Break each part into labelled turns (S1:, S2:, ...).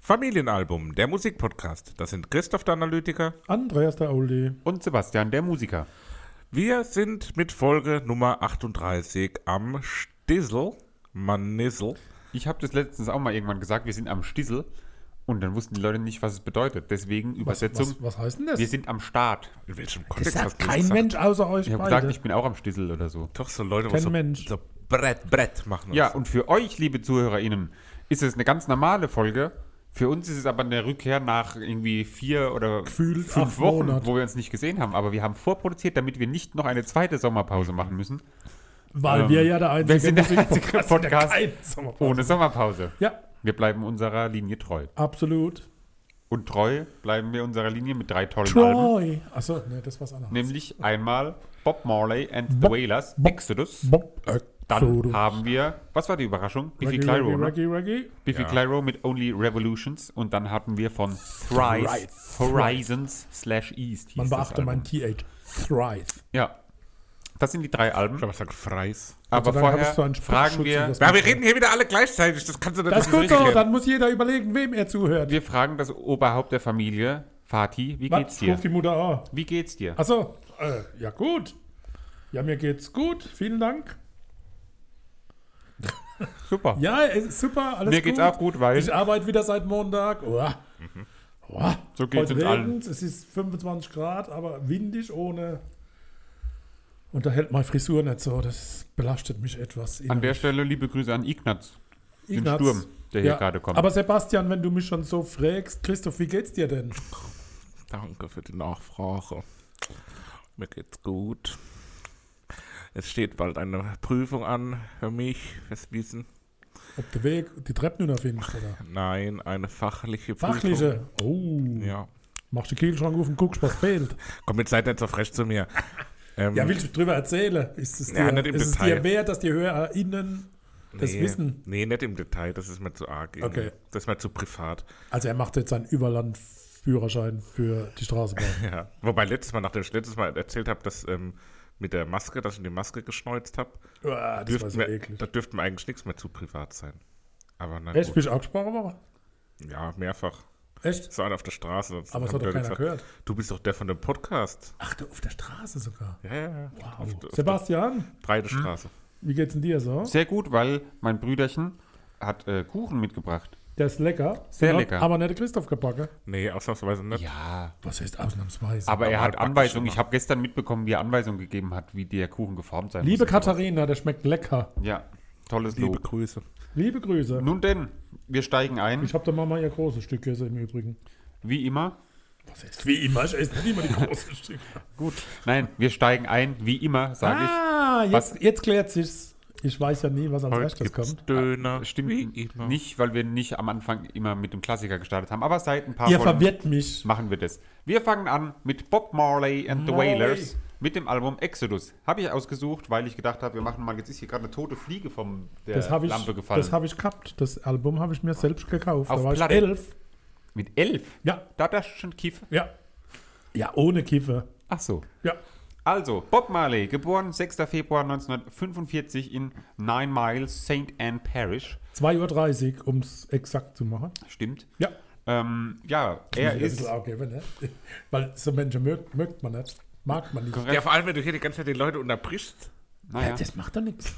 S1: Familienalbum, der Musikpodcast. Das sind Christoph der Analytiker.
S2: Andreas der Auli.
S3: Und Sebastian, der Musiker.
S1: Wir sind mit Folge Nummer 38 am Stissel. Manissel.
S3: Ich habe das letztens auch mal irgendwann gesagt, wir sind am Stissel. Und dann wussten die Leute nicht, was es bedeutet. Deswegen Übersetzung,
S2: Was, was heißt denn das?
S3: wir sind am Start.
S1: In welchem
S2: das
S1: Kontext
S2: sagt
S1: du
S2: kein
S1: gesagt?
S2: Mensch außer euch
S3: Ich habe
S2: beide.
S3: gesagt, ich bin auch am Stissel oder so.
S1: Doch so Leute,
S2: Kein
S1: so,
S2: Mensch.
S1: so Brett, Brett machen.
S3: Ja,
S1: das.
S3: und für euch, liebe ZuhörerInnen, ist es eine ganz normale Folge. Für uns ist es aber eine Rückkehr nach irgendwie vier oder
S2: Gefühlt
S3: fünf
S2: acht
S3: Wochen,
S2: Monaten.
S3: wo wir uns nicht gesehen haben. Aber wir haben vorproduziert, damit wir nicht noch eine zweite Sommerpause machen müssen.
S2: weil
S3: ähm,
S2: wir ja der einzige
S3: wir sind der
S2: Musikpodcast
S3: einzige
S2: sind, der
S3: Podcast Oh.
S2: keinen Sommerpause-
S3: Ohne Sommerpause.
S2: Also- Ja,
S3: Wir bleiben unserer Linie treu.
S2: absolut.
S3: Und treu bleiben wir unserer Linie mit drei tollen Alben.
S2: Troy. Achso, ne, das war's anderes.
S3: Nämlich einmal Bob Marley and
S2: Bob-
S3: the Wailers,
S2: Bob-
S3: Exodus.
S2: Bob äh,
S3: Dann
S2: Exodus.
S3: haben wir, was war die Überraschung? Biffy
S2: Reggae,
S3: Clyro, ne?
S2: Reggae, Reggae, Reggae.
S3: Biffy
S1: Ja.
S3: Clyro mit Only Revolutions und dann hatten wir von Thrice, Horizons slash East. hieß
S2: Man
S3: das
S2: beachte
S3: Album.
S2: mein TH. Thrive.
S3: Ja, das sind die drei Alben.
S1: Ich glaube, ich sage Freis.
S3: Aber
S2: Dank habe
S3: vorher
S2: ich Also so einen
S3: fragen
S2: Spuckschutz in
S3: wir,
S2: das-
S1: Ja, wir reden hier wieder alle gleichzeitig. Das kannst du
S2: Das ist gut so,
S1: erklären.
S2: dann muss jeder überlegen, wem er zuhört.
S3: wir fragen das Oberhaupt der Familie, Fatih, wie geht's
S2: Was?
S3: dir?
S2: Ruft die Mutter an.
S3: Wie geht's dir?
S2: Achso, äh, ja gut. Ja, mir geht's gut. Vielen Dank.
S3: Super.
S2: Ja, es ist super, alles
S3: Mir
S2: gut.
S3: geht's auch gut, weil-
S2: Ich arbeite wieder seit Montag. Uah. Uah.
S3: So geht's
S2: Heute
S3: uns allen.
S2: regnet's, Es ist 25 Grad, aber windig ohne... Und da hält meine Frisur nicht so. Das belastet mich etwas.
S3: An
S2: innerlich.
S3: der Stelle liebe Grüße an Ignaz,
S2: Ignaz.
S3: den Sturm, der hier gerade kommt.
S2: Aber Sebastian, wenn du mich schon so fragst, Christoph, wie geht's dir denn?
S1: Danke für die Nachfrage. Mir geht's gut. Es steht bald eine Prüfung an für mich, fürs Wissen.
S2: Ob der Weg die Treppen unterfindest oder?
S1: Nein, eine fachliche Prüfung.
S2: Fachliche. Oh.
S1: Ja.
S2: Machst du Kielschrank auf und guckst, was fehlt.
S1: Komm, jetzt seid nicht so frech zu mir. Ähm,
S2: Ja, willst du drüber erzählen? Ist es dir,
S1: Ja, nicht im
S2: ist es
S1: Detail.
S2: dir wert, dass die HörerInnen das
S1: nee,
S2: wissen?
S1: Nee, nicht im Detail, das ist mir zu arg.
S2: Okay.
S1: Das ist mir zu privat.
S2: Also er macht jetzt seinen Überlandführerschein für die Straßenbahn.
S1: Ja. Wobei letztes Mal, nachdem ich letztes Mal erzählt habe, dass ähm, mit der Maske, dass ich in die Maske geschneuzt habe,
S2: Uah, das war so
S1: wir-
S2: eklig.
S1: da dürfte mir eigentlich nichts mehr zu privat sein. Aber na
S2: Echt,
S1: gut.
S2: bist du angesprochen worden?
S1: Ja, mehrfach.
S2: Echt?
S1: So einer auf der Straße. sonst
S2: Aber es
S1: haben
S2: hat doch
S1: die Leute
S2: keiner
S1: Du bist doch der von dem Podcast.
S2: Ach, du, auf der Straße sogar.
S1: Ja, ja, ja. Auf, der- auf der
S2: Sebastian,
S1: breite Straße.
S2: wie geht's denn dir so?
S3: Sehr gut, weil mein Brüderchen hat äh, Kuchen mitgebracht.
S2: Der ist lecker.
S3: Sehr
S2: Den hat
S3: lecker.
S2: Aber nicht der Christoph gebacken.
S1: Nee, ausnahmsweise nicht.
S3: Ja,
S2: Was heißt ausnahmsweise?
S3: aber
S1: Aber
S3: er hat
S1: halt backen
S3: Anweisungen.
S1: schon
S3: Ich habe gestern mitbekommen, wie er Anweisungen gegeben hat, wie der Kuchen geformt sein
S2: Liebe
S3: muss.
S2: Katharina, der schmeckt lecker.
S3: Ja, tolles
S1: Liebe
S3: Lob.
S1: Grüße.
S2: Liebe Grüße.
S3: Nun denn, wir steigen ein,
S2: Ich habe der Mama ihr großes Stück Käse im Übrigen.
S3: wie immer.
S2: Was heißt wie immer? Ich esse nicht immer die großen Stücke.
S3: Gut. Nein, wir steigen ein, wie immer, sage
S2: Ah,
S3: Was-
S2: jetzt, jetzt klärt sich's. Ich weiß ja nie, was als
S1: Heute
S2: erstes
S1: gibt's
S2: kommt.
S1: Döner.
S3: ich. Stimmt
S1: Ah, wie immer.
S3: nicht, weil wir nicht am Anfang immer mit dem Klassiker gestartet haben, aber seit ein paar
S2: Ihr
S3: Folgen
S2: verwirrt mich.
S3: machen wir das. Wir fangen an mit Bob Marley and the
S2: Marley.
S3: Wailers mit dem Album Exodus. Habe ich ausgesucht, weil ich gedacht habe, wir machen mal, jetzt ist hier gerade eine tote Fliege vom der
S2: Das habe ich,
S3: Lampe gefallen.
S2: das hab ich gehabt. Das Album habe ich mir selbst gekauft.
S3: Auf
S2: da war
S3: Platte.
S2: ich elf.
S3: mit elf?
S2: Ja,
S3: Da hat er schon Kiefer.
S2: ja. Ja, ohne Kiefer.
S3: Ach so.
S2: Ja.
S3: Also, Bob Marley, geboren 6. Februar 1945 in Nine Miles, St. Anne Parish.
S2: 2.30 Uhr, um es exakt zu machen.
S3: Stimmt.
S2: Ja.
S3: Ähm, ja, er
S2: Muss ich
S3: ist.
S2: ein bisschen auch geben, ne? Weil so Menschen mögt, mögt man nicht. Mag man nicht.
S3: Korrekt.
S1: Ja, vor allem, wenn du hier die ganze Zeit die Leute unterbrichst.
S3: Naja.
S2: Das macht doch nichts.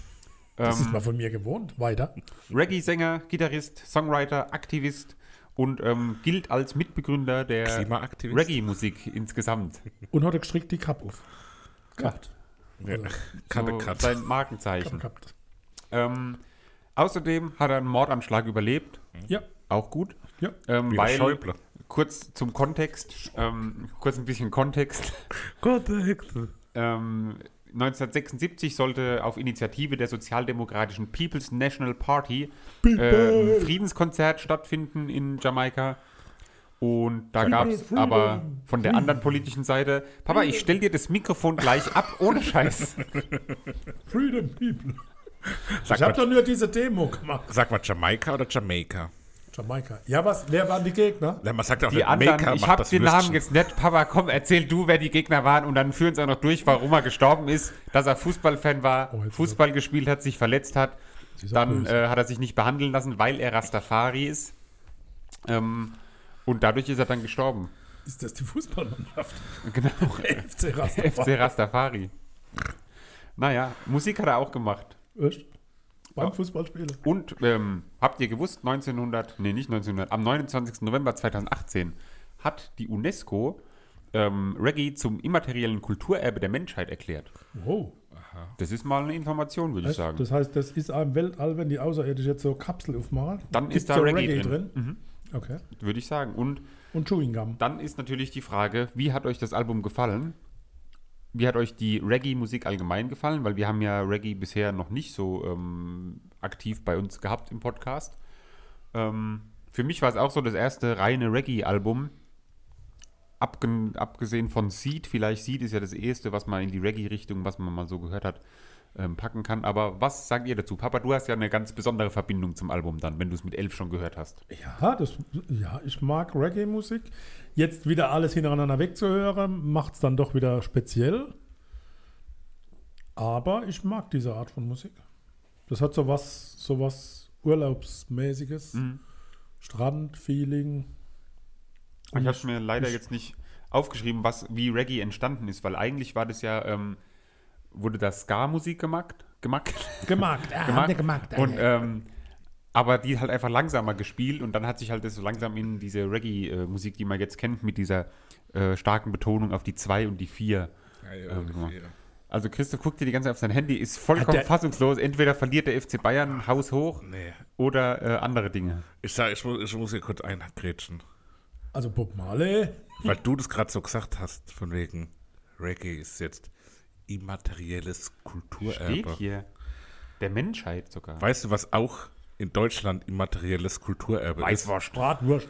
S2: Das ist
S3: Ähm,
S2: mal von mir gewohnt. Weiter.
S3: Reggae-Sänger, Gitarrist, Songwriter, Aktivist und ähm, gilt als Mitbegründer der
S1: Klimaaktivist.
S3: Reggae-Musik insgesamt.
S2: Und hat er gestrickt die Kappe auf. Gehabt.
S1: Ja. Kante,
S3: Also, So
S1: Kante.
S3: sein Markenzeichen.
S2: Gehabt.
S3: Ähm, außerdem hat er einen Mordanschlag überlebt.
S2: Mhm. Ja.
S3: Auch gut.
S2: Ja.
S3: Ähm,
S1: Wie
S3: weil,
S1: Schäuble.
S3: kurz zum Kontext, ähm, kurz ein bisschen Kontext. Ähm, 1976 sollte auf Initiative der sozialdemokratischen People's National Party äh, ein Friedenskonzert stattfinden in Jamaika. Und da gab es
S2: Freedom,
S3: aber von der anderen politischen Seite, Papa, ich stell dir das Mikrofon gleich ab, ohne Scheiß.
S2: Freedom People.
S1: Sag
S2: Ich
S1: mal,
S2: habe doch nur diese Demo gemacht.
S1: sag mal Jamaika oder Jamaika?
S2: Jamaika. Ja, was? Wer waren die Gegner?
S1: Ja, man sagt auch
S3: Die
S1: nicht,
S3: anderen, ich
S1: macht
S3: hab
S1: das
S3: den Namen
S1: Würstchen.
S3: jetzt nicht, Papa, komm, erzähl du, wer die Gegner waren und dann führen sie auch noch durch, warum er gestorben ist, dass er Fußballfan war,
S2: Oh, jetzt
S3: Fußball gespielt hat, sich verletzt hat,
S2: Sie ist auch
S3: dann
S2: böse.
S3: äh, hat er sich nicht behandeln lassen, weil er Rastafari ist. Ähm, und dadurch ist er dann gestorben.
S2: Ist das die Fußballmannschaft?
S3: Genau.
S2: FC
S3: FC
S2: Rastafari.
S3: Rastafari. Naja, Musik hat er auch gemacht.
S2: Echt? Beim Fußballspieler.
S3: Und ähm, habt ihr gewusst, 1900, nee, nicht 1900, am 29. November 2018 hat die UNESCO ähm, Reggae zum immateriellen Kulturerbe der Menschheit erklärt.
S2: Wow.
S3: Das ist mal eine Information, würde
S2: Echt?
S3: ich sagen.
S2: Das heißt, das ist auch im Weltall, wenn die Außerirdischen jetzt so Kapsel aufmachen.
S3: Dann
S2: gibt's
S3: ist da Reggae drin. Mhm.
S2: Okay.
S3: Würde ich sagen. Und
S2: Und Chewing Gum.
S3: dann ist natürlich die Frage, wie hat euch das Album gefallen? Wie hat euch die Reggae-Musik allgemein gefallen? Weil wir haben ja Reggae bisher noch nicht so ähm, aktiv bei uns gehabt im Podcast. Ähm, für mich war es auch so das erste reine Reggae-Album. Abgen abgesehen von Seed, vielleicht Seed ist ja das erste, was man in die Reggae-Richtung, was man mal so gehört hat, ähm, packen kann. Aber was sagt ihr dazu? Papa, du hast ja eine ganz besondere Verbindung zum Album dann, wenn du es mit elf schon gehört hast.
S2: Ja, das, ja, ich mag Reggae-Musik. Jetzt wieder alles hintereinander wegzuhören, macht es dann doch wieder speziell. Aber ich mag diese Art von Musik. Das hat so was, so was Urlaubsmäßiges.
S3: Mhm.
S2: Strandfeeling.
S3: Ich habe mir leider
S2: ich-
S3: jetzt nicht aufgeschrieben, was wie Reggae entstanden ist, weil eigentlich war das ja, ähm, wurde da Ska-Musik gemacht, gemacht,
S2: Gemacht. Ah,
S3: gemacht,
S2: gemacht. gemacht
S3: und ähm, aber die halt einfach langsamer gespielt und dann hat sich halt das so langsam in diese Reggae-Musik, die man jetzt kennt, mit dieser äh, starken Betonung auf die 2 und die 4.
S1: Ja, ja,
S3: Irgendwo.
S1: ja.
S3: Also Christoph guckt dir die ganze Zeit auf sein Handy, ist vollkommen
S2: Hat der-
S3: fassungslos. Entweder verliert der FC Bayern Haus hoch
S1: Nee.
S3: oder äh, andere Dinge.
S1: Ich sag, ich muss, ich muss hier kurz eingrätschen.
S2: also Bob Marley.
S1: Weil du das gerade so gesagt hast, von wegen Reggae ist jetzt immaterielles
S3: Steht
S1: Kulturerbe.
S3: hier. Der Menschheit sogar.
S1: Weißt du, Äh, was auch in Deutschland immaterielles Kulturerbe ist?
S2: Bratwurst.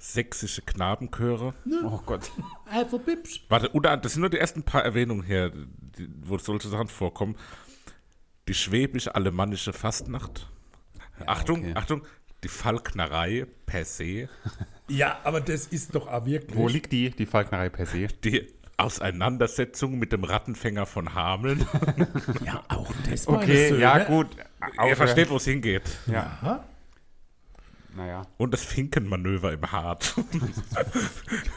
S1: Sächsische Knabenchöre.
S3: Oh Gott.
S2: Also Bips.
S1: Warte, unter, das sind nur die ersten paar Erwähnungen hier, die, wo solche Sachen vorkommen. Die schwäbisch-alemannische Fastnacht. Achtung,
S3: okay.
S1: Achtung, die Falknerei per se.
S2: Ja, aber das ist doch auch wirklich.
S3: Wo liegt die, die Falknerei per se?
S1: Die Auseinandersetzung mit dem Rattenfänger von Hameln.
S2: ja, auch das meine
S3: Okay, ja
S2: Söhne.
S3: gut.
S1: Ihr versteht, wo es hingeht.
S3: Ja,
S2: Aha.
S3: naja.
S1: Und das Finkenmanöver im Hart.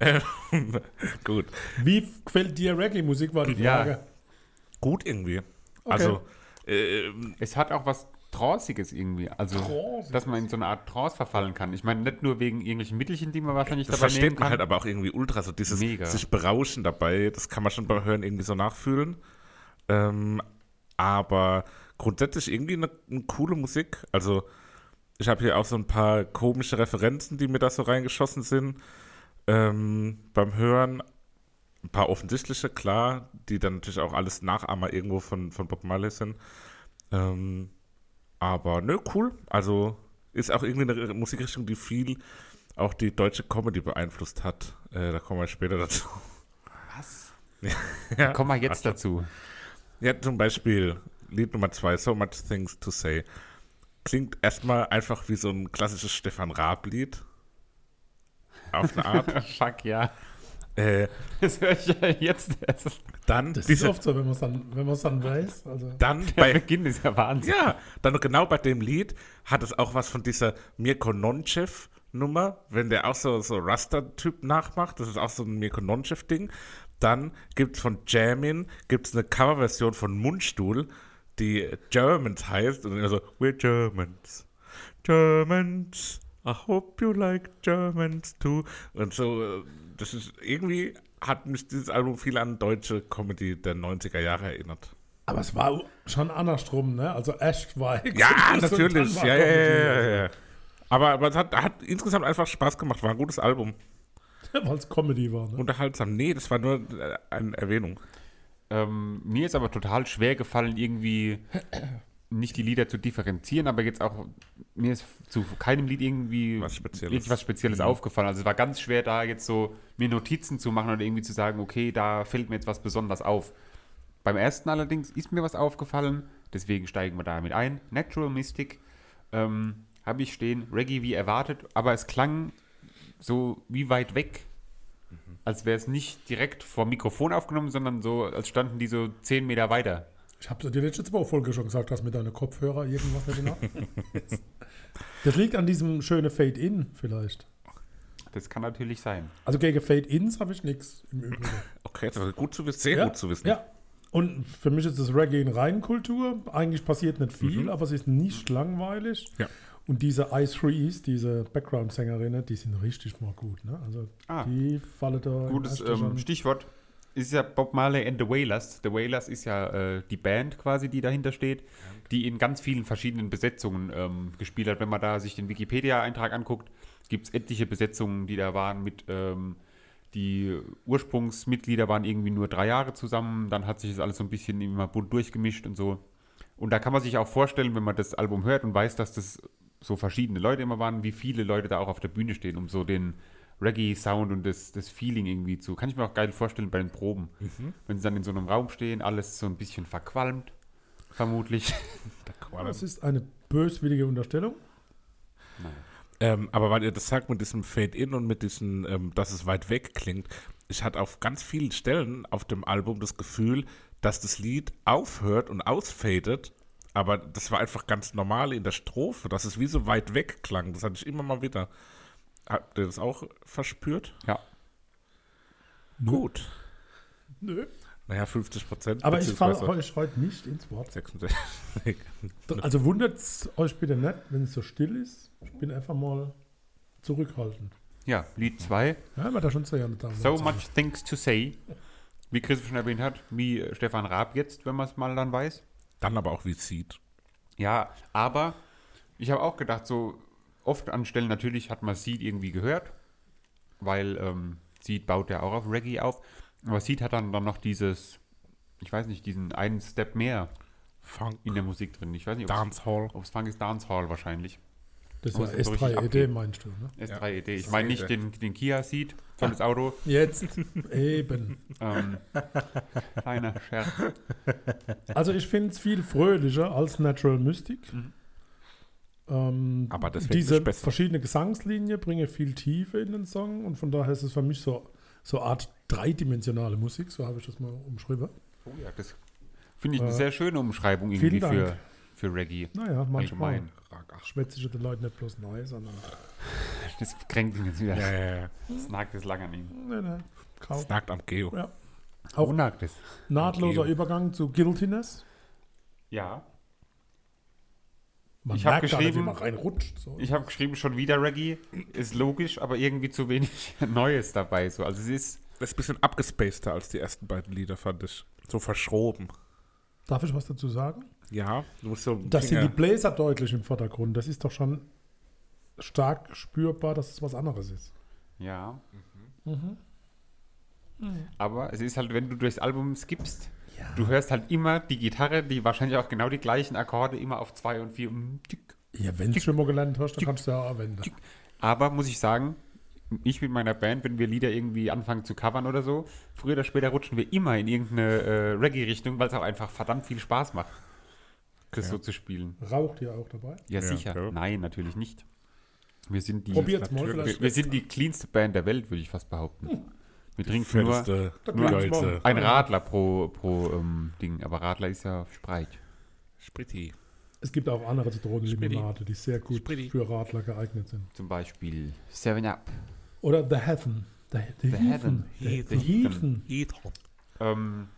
S1: ähm, gut.
S2: Wie gefällt dir Reggae-Musik, war die
S3: Ja.
S2: Frage.
S1: Gut irgendwie. Also, ähm,
S3: Es hat auch was Tranciges irgendwie. Also,
S2: Tranciges.
S3: dass man in so eine Art Trance verfallen kann. Ich meine, nicht nur wegen irgendwelchen Mittelchen, die man wahrscheinlich
S1: das
S3: dabei
S1: versteht
S3: nehmen
S1: man
S3: kann.
S1: halt aber auch irgendwie ultra. So dieses
S3: Mega.
S1: sich berauschen dabei, das kann man schon beim Hören irgendwie so nachfühlen. Ähm, aber grundsätzlich irgendwie eine, eine coole Musik. Also, ich habe hier auch so ein paar komische Referenzen, die mir da so reingeschossen sind. ähm, beim Hören ein paar offensichtliche, klar, die dann natürlich auch alles Nachahmer irgendwo von, von Bob Marley sind. Ähm, aber nö, cool. Also ist auch irgendwie eine Musikrichtung, die viel auch die deutsche Comedy beeinflusst hat. Äh, da kommen wir später dazu.
S3: was?
S1: Ja.
S3: Komm mal jetzt dazu.
S1: Ja, zum Beispiel Lied Nummer zwei, So Much Things to Say. Klingt erstmal einfach wie so ein klassisches Stefan Raab-Lied. Auf eine Art.
S3: Fuck, ja.
S1: äh,
S3: Das höre ich ja jetzt erst.
S1: dann
S2: Das
S1: diese,
S2: ist oft so, wenn man es dann, wenn man's dann weiß. Also,
S1: dann
S3: Der
S1: bei
S3: Beginn ist ja Wahnsinn.
S1: Ja, dann genau bei dem Lied hat es auch was von dieser Mirko Nonchev Nummer, wenn der auch so, so Raster-Typ nachmacht, das ist auch so ein Mirko Nonchev-Ding. Dann gibt es von Jamin, gibt es eine Coverversion von Mundstuhl, die Germans heißt und immer so, we're Germans, Germans, I hope you like Germans too. Und so, äh, das ist irgendwie hat mich dieses Album viel an deutsche Comedy der 90er Jahre erinnert.
S2: aber es war schon andersrum, ne? Also Ash war
S1: Ja,
S2: und dann
S1: natürlich.
S2: war
S1: Ja, ja,
S2: Comedy.
S1: ja, ja, ja. Aber, aber es hat, hat insgesamt einfach Spaß gemacht. War ein gutes Album.
S2: Weil es Comedy war, ne?
S1: Unterhaltsam. Nee, das war nur äh, eine Erwähnung.
S3: Ähm, mir ist aber total schwer gefallen, irgendwie nicht die Lieder zu differenzieren, aber jetzt auch, mir ist zu keinem Lied irgendwie
S1: Was Spezielles. Mhm.
S3: wirklich was Spezielles aufgefallen. Also es war ganz schwer, da jetzt so mir Notizen zu machen oder irgendwie zu sagen, okay, da fällt mir jetzt was besonders auf. Beim ersten allerdings ist mir was aufgefallen, deswegen steigen wir damit ein. Natural Mystic ähm, habe ich stehen, Reggae wie erwartet, aber es klang so wie weit weg als wäre es nicht direkt vor Mikrofon aufgenommen, sondern so, als standen die so zehn Meter weiter.
S2: Ich habe die letzte zwei Folge schon gesagt, dass mit deinen Kopfhörer irgendwas nicht genau. das liegt an diesem schönen Fade-In vielleicht.
S3: Das kann natürlich sein.
S2: Also gegen Fade-Ins habe ich nichts im Übrigen.
S1: Okay, das ist gut zu wissen, sehr
S2: ja?
S1: gut zu wissen.
S2: Ja. Und für mich ist das Reggae in Reinkultur. Eigentlich passiert nicht viel,
S3: Mhm.
S2: aber es ist nicht langweilig.
S1: Ja.
S2: Und diese Ice Freeze, diese Background-Sängerinnen, die sind richtig mal gut. Ne? Also
S3: Ah.
S2: die fallen da. im
S3: Gutes
S2: ersten
S3: ähm,
S2: schon-
S3: Stichwort ist ja Bob Marley and the Wailers. The Wailers ist ja äh, die Band quasi, die dahinter steht, die in ganz vielen verschiedenen Besetzungen ähm, gespielt hat. Wenn man da sich den Wikipedia-Eintrag anguckt, gibt es etliche Besetzungen, die da waren mit ähm, die Ursprungsmitglieder waren irgendwie nur drei Jahre zusammen, dann hat sich das alles so ein bisschen immer bunt durchgemischt und so. Und da kann man sich auch vorstellen, wenn man das Album hört und weiß, dass das so verschiedene Leute immer waren, wie viele Leute da auch auf der Bühne stehen, um so den Reggae-Sound und das, das Feeling irgendwie zu. Kann ich mir auch geil vorstellen bei den Proben. Wenn sie dann in so einem Raum stehen, alles so ein bisschen verqualmt, vermutlich.
S2: Das ist eine böswillige Unterstellung.
S1: Ähm, aber weil ihr das sagt mit diesem Fade-In und mit diesem, ähm, dass es weit weg klingt, ich hatte auf ganz vielen Stellen auf dem Album das Gefühl, dass das Lied aufhört und ausfadet, aber das war einfach ganz normal in der Strophe, dass es wie so weit weg klang. Das hatte ich immer mal wieder. Habt ihr das auch verspürt?
S3: ja.
S1: Gut.
S2: Nö.
S1: Naja, 50 Prozent.
S2: Aber ich falle euch heute nicht ins Wort.
S1: 66.
S2: Also wundert euch bitte nicht, wenn es so still ist. Ich bin einfach mal zurückhaltend.
S3: Ja, Lied 2.
S2: Ja, war da schon zwei Jahre da.
S3: So much things to say. Wie Chris schon erwähnt hat, wie äh, Stefan Raab jetzt, wenn man es mal dann weiß.
S1: Dann aber auch wie es sieht.
S3: Ja, aber ich habe auch gedacht, so oft an Stellen natürlich hat man Seed irgendwie gehört, weil ähm, Seed baut ja auch auf Reggae auf. Aber Seed hat dann, dann noch dieses, ich weiß nicht, diesen einen Step mehr
S1: Funk,
S3: in der Musik drin. Ich weiß nicht, ob
S1: Dancehall.
S3: es Funk ist Dancehall wahrscheinlich.
S2: Das
S3: muss
S2: ist
S3: es so
S2: ja
S3: richtig
S2: S3ED,
S3: abgehen.
S2: E meinst du, ne?
S3: S3ED.
S1: Ja,
S3: ich meine nicht
S1: S3ED.
S3: den, den Kia Seed, tolles Auto.
S2: Jetzt eben.
S3: Ähm, kleiner Scherz.
S2: Also ich finde es viel fröhlicher als Natural Mystic. Ähm,
S1: Aber das wird
S2: diese
S1: nicht besser.
S2: verschiedene Gesangslinie bringen viel Tiefe in den Song und von daher ist es für mich so so eine Art dreidimensionale Musik, so habe ich das mal umschrieben.
S3: Oh ja, das finde ich eine
S2: Äh,
S3: sehr schöne Umschreibung
S2: vielen
S3: irgendwie für,
S2: Dank.
S3: für Reggae.
S2: Naja, manchmal
S3: Allgemein.
S2: schwätze ich den Leuten nicht bloß nein, sondern
S3: Das kränkt ihn jetzt wieder.
S1: Ja, ja, ja.
S3: Das nagt es lang an ihm.
S2: nee, nee, kaum.
S1: Das nagt am Geo.
S2: ne, Ja. Auch
S3: Auch nagt es.
S2: nahtloser
S1: Okay.
S2: Übergang zu Guiltiness.
S3: Ja.
S2: Man
S3: Ich hab
S2: merkt gar nicht, wie
S3: geschrieben-
S2: man reinrutscht. So.
S3: Ich habe geschrieben, schon wieder Reggae. Ist logisch, aber irgendwie zu wenig Neues dabei. So. Also es ist.
S1: Das ist ein bisschen abgespaceder als die ersten beiden Lieder, fand ich. So verschroben.
S2: Darf ich was dazu sagen?
S1: Ja, du musst so.
S2: Da sind
S1: Finger-
S2: die Bläser deutlich im Vordergrund. Das ist doch schon stark spürbar, dass es was anderes ist.
S3: Ja. Aber es ist halt, wenn du durchs Album skippst, du hörst halt immer die Gitarre, die wahrscheinlich auch genau die gleichen Akkorde immer auf 2 und mm, 4.
S2: Ja, wenn du schon mal gelernt hast, dann kannst du ja auch anwenden.
S3: Aber muss ich sagen, ich mit meiner Band, wenn wir Lieder irgendwie anfangen zu covern oder so, früher oder später rutschen wir immer in irgendeine äh, Reggae-Richtung, weil es auch einfach verdammt viel Spaß macht, das so zu spielen.
S2: Raucht ihr auch dabei?
S1: Ja,
S3: Ja, sicher.
S1: klar.
S3: Nein, natürlich nicht. Wir sind die,
S2: Probiert's mal,
S3: wir,
S2: vielleicht
S3: wir sind die cleanste Band der Welt, würde ich fast behaupten. Wir trinken nur
S1: Fenster,
S2: nur
S1: äh, Leute.
S2: eins
S3: ein Radler pro, pro ähm, Ding, aber Radler ist ja Spreit.
S1: Spritti.
S2: Es gibt auch andere Zitronenlimonade, die sehr gut
S1: Spritti.
S2: für Radler geeignet sind.
S3: Zum Beispiel Seven Up.
S2: Oder The Heathen. The, the,
S3: Heathen.
S2: The,
S1: The
S2: Heathen.
S1: Ethan.
S3: Ähm,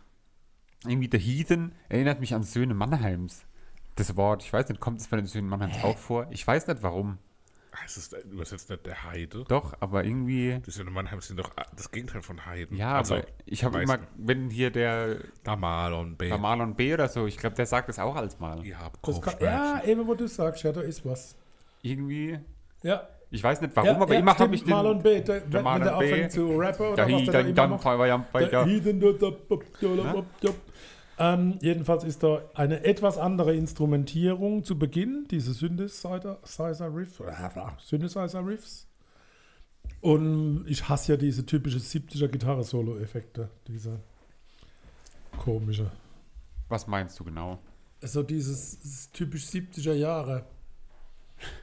S3: irgendwie der Heathen erinnert mich an Söhne Mannheims. Das Wort, ich weiß nicht, kommt es bei den Söhnen Mannheims auch vor? Ich weiß nicht warum.
S1: Das Ah, ist äh, übersetzt nicht der Heide.
S3: Doch, aber irgendwie.
S1: Die sind in Mannheim sind doch äh, das Gegenteil von Heiden. Also,
S3: Ja, aber ich habe immer, wenn hier der
S1: Damalon,
S3: der
S1: Baby.
S3: Marlon B. oder so, ich glaube, der sagt das auch als Mal.
S1: Ihr habt
S2: Das kann,
S1: Kopfschmerzen.
S2: ja, eben wo du sagst, ja, da ist was.
S3: Irgendwie
S2: Ja.
S3: Ich weiß nicht warum,
S2: ja,
S3: aber
S2: ja,
S3: immer
S2: stimmt,
S3: habe ich den.
S2: Marlon B. Der, wenn,
S3: Marlon
S2: wenn der
S3: B.
S2: anfängt zu rappen oder was
S3: da
S2: der
S3: hi, da
S2: da
S3: hi,
S2: immer
S3: dann
S2: macht.
S3: war ja bei
S2: Der
S3: der.
S2: Heathen, da, da, bop, da, da, bop, da. Ähm, jedenfalls ist da eine etwas andere Instrumentierung zu Beginn, diese Synthesizer Riff, Synthesizer Riffs. Und ich hasse ja diese typische 70er Gitarre-Solo-Effekte, diese komische.
S3: Was meinst du genau?
S2: Also dieses s- typisch 70er Jahre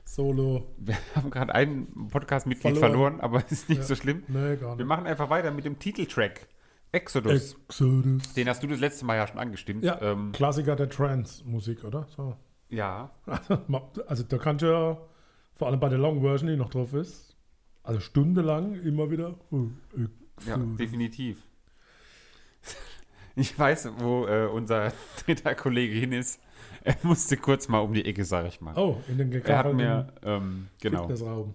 S2: Solo.
S3: Wir haben gerade einen Podcast-Mitglied
S2: Verloren.
S3: verloren. aber ist nicht so schlimm.
S2: Nee, ne, gar
S3: Wir
S2: nicht.
S3: machen einfach weiter mit dem Titeltrack. Exodus.
S2: Exodus.
S3: den hast du das letzte Mal ja schon angestimmt.
S2: Ja,
S3: ähm,
S2: Klassiker der Trance-Musik, oder? So.
S3: ja.
S2: Also da kannst du ja, vor allem bei der Long Version, die noch drauf ist, also stundenlang immer wieder. hm,
S3: ja definitiv. Ich weiß, wo äh, unser dritter Kollege hin ist. Er musste kurz mal um die Ecke, sag ich mal.
S2: Oh, in den
S3: er hat
S2: gekachelten
S3: mir, ähm, genau,
S2: Fitnessraum.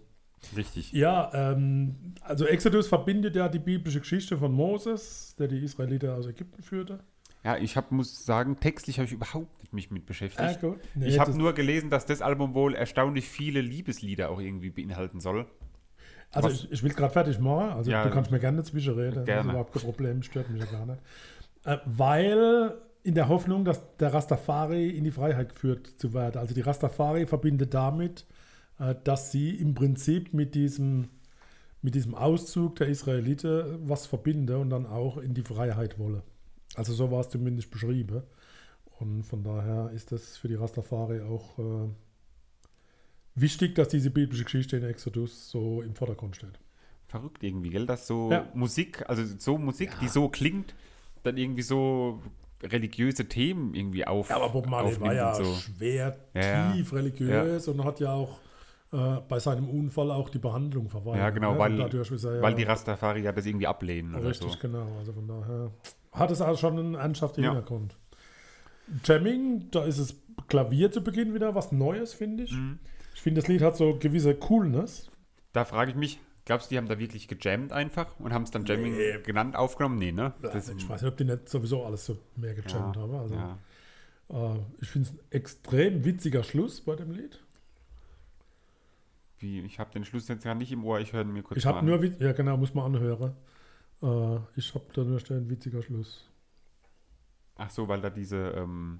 S3: richtig.
S2: Ja, ähm, also Exodus verbindet ja die biblische Geschichte von Moses, der die Israeliter aus Ägypten führte.
S3: Ja, ich hab, muss sagen, textlich habe ich überhaupt nicht mich mit beschäftigt.
S2: Ah, gut. Nee,
S3: ich habe
S2: das-
S3: nur gelesen, dass das Album wohl erstaunlich viele Liebeslieder auch irgendwie beinhalten soll.
S2: Also
S3: Was-
S2: ich, ich will gerade fertig machen, also
S3: Ja.
S2: du kannst mir gerne zwischenreden, das ist
S3: Gerne.
S2: überhaupt kein Problem, stört mich ja gar nicht. Äh, weil in der Hoffnung, dass der Rastafari in die Freiheit geführt zu werden. Also die Rastafari verbindet damit, äh, dass sie im Prinzip mit diesem, mit diesem Auszug der Israeliten was verbinde und dann auch in die Freiheit wolle. Also so war es zumindest beschrieben. Und von daher ist das für die Rastafari auch äh, wichtig, dass diese biblische Geschichte in Exodus so im Vordergrund steht.
S3: Verrückt irgendwie, gell? Dass so
S2: Ja.
S3: Musik, also so Musik, die so klingt, dann irgendwie so religiöse Themen irgendwie auf.
S2: Ja, aber Bob Marley war
S3: aufnimmt
S2: ja
S3: und so.
S2: schwer
S3: Ja,
S2: tief religiös und hat ja auch äh, bei seinem Unfall auch die Behandlung verweigert.
S3: Ja, genau,
S2: ne?
S3: weil,
S2: Und dadurch ist er ja
S3: weil die Rastafari ja das irgendwie ablehnen oder
S2: Richtig,
S3: so.
S2: genau. Also von daher hat es auch schon einen ernsthaften
S3: Ja.
S2: Hintergrund. Jamming, da ist es Klavier zu Beginn wieder was Neues, finde ich.
S3: Mhm.
S2: Ich finde, das Lied hat so gewisse Coolness.
S3: Da frage ich mich, glaubst du, die haben da wirklich gejammt einfach und haben es dann Jamming genannt aufgenommen? Nee, ne? Das,
S2: Also ich weiß nicht, ob die nicht sowieso alles so mehr gejammt haben. Also,
S3: ja.
S2: äh, ich finde es ein extrem witziger Schluss bei dem Lied.
S3: Wie, ich habe den Schluss jetzt gar nicht im Ohr, ich höre ihn mir kurz
S2: Ich
S3: mal
S2: habe
S3: an.
S2: nur, wit- ja genau, muss man anhören. Äh, ich habe da nur stehen, witziger Schluss.
S3: Ach so, weil da diese, ähm,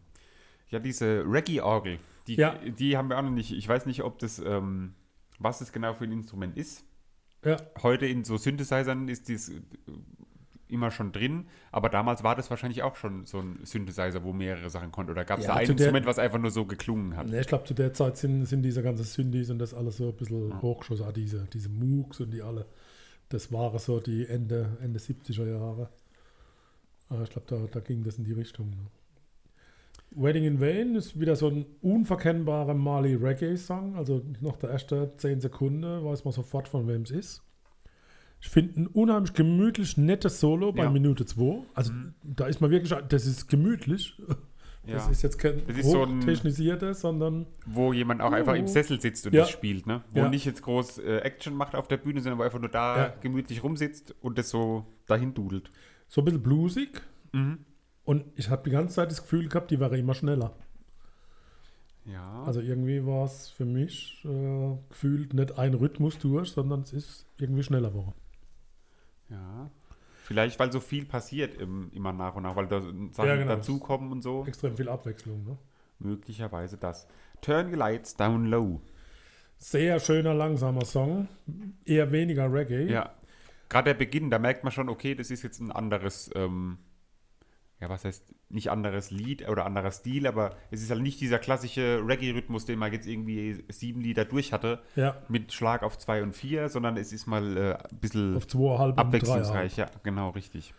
S3: ja, diese Reggae-Orgel, die,
S2: Ja.
S3: die haben wir auch noch nicht. Ich weiß nicht, ob das, ähm, was das genau für ein Instrument ist.
S2: Ja,
S3: Heute in so Synthesizern ist dies äh, immer schon drin, aber damals war das wahrscheinlich auch schon so ein Synthesizer, wo mehrere Sachen konnte. Oder gab es
S2: Ja,
S3: da ein
S2: zu der-
S3: Instrument, was einfach nur so geklungen hat?
S2: ne, ich glaube, zu der Zeit sind, sind diese ganzen Syndis und das alles so ein bisschen hochgeschossen. Auch diese, diese Moogs und die alle. Das waren so die Ende, Ende 70er Jahre. Äh, ich glaube, da, da ging das in die Richtung. Ne? Wedding in Vain ist wieder so ein unverkennbarer Mali Reggae-Song. Also nach der ersten 10 Sekunden weiß man sofort, von wem es ist. Ich finde ein unheimlich gemütlich nettes Solo bei
S3: Ja. Mhm.
S2: Minute 2. Also da ist man wirklich, das ist gemütlich. Das
S3: Ja.
S2: ist jetzt kein
S3: Das ist so ein-
S2: hochtechnisiertes, sondern
S3: Wo jemand auch einfach im
S2: Uh.
S3: Sessel sitzt und
S2: Ja.
S3: das spielt, ne? Wo
S2: Ja.
S3: nicht jetzt groß äh, Action macht auf der Bühne, sondern wo einfach nur da
S2: Ja.
S3: gemütlich rumsitzt und das so dahin dudelt.
S2: so ein bisschen bluesig.
S3: Mhm.
S2: Und ich habe die ganze Zeit das Gefühl gehabt, die wäre immer schneller.
S3: Ja.
S2: Also irgendwie war es für mich äh, gefühlt nicht ein Rhythmus durch, sondern es ist irgendwie schneller geworden.
S3: Ja. Vielleicht, weil so viel passiert im, immer nach und nach, weil da Sachen
S2: Ja, genau.
S3: dazukommen und so.
S2: Extrem viel Abwechslung. Ne?
S3: Möglicherweise das. Turn the lights down low.
S2: Sehr schöner, langsamer Song. Eher weniger Reggae.
S3: Ja. Gerade der Beginn, da merkt man schon, okay, das ist jetzt ein anderes, ähm, ja, was heißt, nicht anderes Lied oder anderer Stil, aber es ist halt nicht dieser klassische Reggae-Rhythmus, den man jetzt irgendwie sieben Lieder durch hatte,
S2: Ja.
S3: mit Schlag auf zwei und vier, sondern es ist mal äh, ein bisschen
S2: Auf 2,5
S3: abwechslungsreich. Ja, genau, richtig.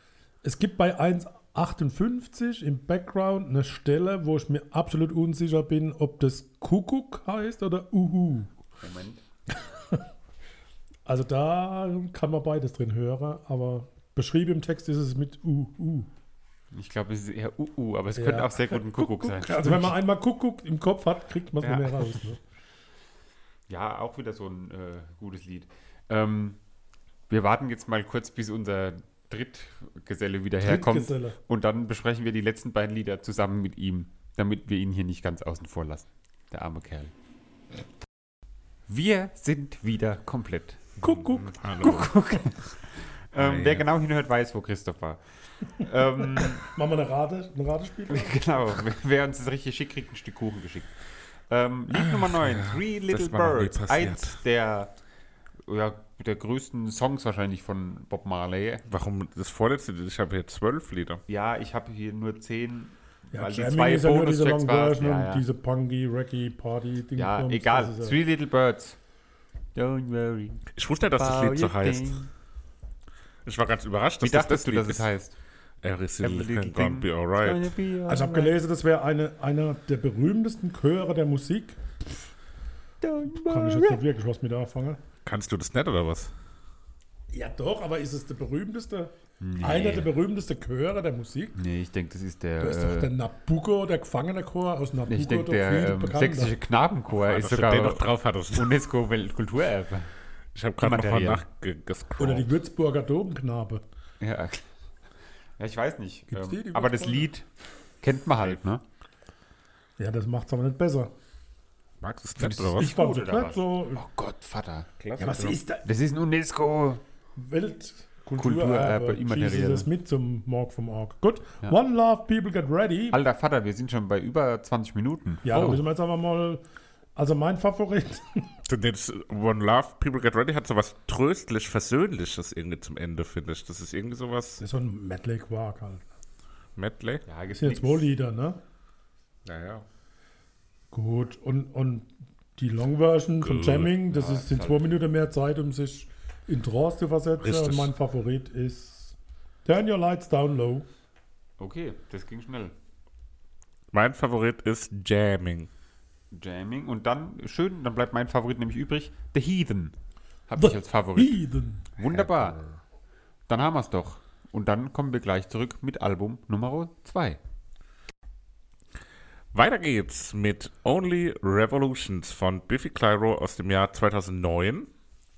S2: Es gibt bei 1,58 im Background eine Stelle, wo ich mir absolut unsicher bin, ob das Kuckuck heißt oder Uhu.
S3: Moment.
S2: Also da kann man beides drin hören, aber beschrieben im Text ist es mit Uhu.
S3: Ich glaube, es ist eher UU, aber es
S2: Ja.
S3: könnte auch sehr gut ein Kuckuck sein.
S2: Also wenn man einmal Kuckuck im Kopf hat, kriegt man es
S3: Ja.
S2: nicht mehr raus. Ne?
S3: Ja, auch wieder so ein äh, gutes Lied. Ähm, wir warten jetzt mal kurz, bis unser Drittgeselle wieder herkommt.
S2: Drittgeselle.
S3: Und dann besprechen wir die letzten beiden Lieder zusammen mit ihm, damit wir ihn hier nicht ganz außen vor lassen. Der arme Kerl. Wir sind wieder komplett.
S2: Kuckuck.
S1: Hm, Hallo.
S3: Ähm,
S1: Ei.
S3: Wer genau hinhört, weiß, wo Christoph war. ähm,
S2: Machen wir eine Rate, ein Ratespiel?
S3: genau, wer uns das richtig schickt, kriegt ein Stück Kuchen geschickt. Ähm, Lied Nummer 9, Three Little
S1: Ah, war noch nie
S3: Birds.
S1: passiert.
S3: Eins der, ja, der größten Songs wahrscheinlich von Bob Marley.
S1: Warum das vorletzte? Ich habe hier zwölf Lieder.
S3: Ja, ich habe hier nur zehn, weil die
S2: Jamming
S3: zwei
S2: ist ja nur diese
S3: Bonus-Tracks
S2: Long
S3: waren.
S2: Version
S3: Ja,
S2: und
S3: ja.
S2: diese Punky, Reggae, Party, Ding.
S3: ja
S2: Bums,
S3: egal.
S2: das ist ja-
S3: Three Little Birds. Don't worry.
S1: Ich wusste ja, dass das
S3: about
S1: Lied so
S3: your
S1: heißt.
S3: thing.
S1: Ich war ganz überrascht,
S3: Wie
S1: dass das das
S3: dachtest du,
S1: Lied
S3: dass es
S1: ist.
S3: heißt?
S1: Everything can gonna be alright.
S2: Also ich habe gelesen, das wäre eine, einer der berühmtesten Chöre der Musik. Kann ich jetzt nicht wirklich was mit anfangen?
S1: Kannst du das nicht oder was?
S2: Ja doch, aber ist es der berühmteste, einer der berühmtesten Chöre der Musik?
S3: Nee, ich denke, das ist der.
S2: Da ist doch der
S3: äh,
S2: Nabucco, der Gefangenenchor aus Nabucco.
S3: ich denke,
S2: doch
S3: der
S2: viel
S3: ähm,
S2: bekannter.
S3: sächsische Knabenchor
S1: Dass
S3: ist
S1: du
S3: sogar
S1: den noch drauf hattest.
S3: UNESCO-Weltkulturerbe.
S1: Ich habe gerade nochmal
S3: Material.
S2: Oder
S1: nachgescrollt.
S2: die Würzburger Dobenknabe.
S3: Ja. ja, ich weiß nicht.
S2: Gibt's die, die
S3: Ähm, aber das
S2: Würzburger?
S3: Lied kennt man halt, ne?
S2: Ja, das macht es aber nicht besser.
S1: Magst du es nicht
S3: Findest
S1: oder
S3: du's
S1: was?
S2: Ich fand
S3: gut,
S2: es
S3: oder
S2: nicht
S3: was?
S2: so.
S3: Oh Gott, Vater.
S2: Ja,
S1: genau.
S2: was ist da?
S3: Das ist ein UNESCO. Kulturerbe,
S2: Weltkulturerbe.
S3: äh, immateriell.
S2: äh, Schießen Sie das mit zum Morg vom Org. Gut.
S3: Ja.
S2: One Love, People Get Ready.
S3: Alter Vater, wir sind schon bei über 20 Minuten.
S2: Ja, da
S3: oh.
S2: müssen wir jetzt aber mal. Also mein Favorit.
S1: Denn jetzt One Love, People Get Ready hat sowas tröstlich Versöhnliches irgendwie zum Ende, finde ich. Das ist irgendwie sowas
S2: Das ist so ein Medley Quark halt.
S1: Medley.
S2: Das
S3: ja, gibt's
S2: sind ja
S3: nix.
S2: zwei Lieder, ne?
S1: Naja.
S2: Gut. Und, und die Long Version von
S1: Gut.
S2: Jamming, das
S3: Ja,
S2: ist, sind
S3: ist
S2: zwei
S3: halt-
S2: Minuten mehr Zeit, um sich in Trance zu versetzen.
S1: Richtig.
S2: Und mein Favorit ist Turn Your Lights Down Low.
S3: Okay, das ging schnell.
S1: Mein Favorit ist Jamming.
S3: Jamming und dann, schön, dann bleibt mein Favorit nämlich übrig, The Heathen. Hab
S2: The
S3: ich als Favorit.
S2: Heathen.
S3: Wunderbar. Dann haben wir's doch. Und dann kommen wir gleich zurück mit Album Nummer 2.
S1: Weiter geht's mit Only Revolutions von Biffy Clyro aus dem Jahr 2009.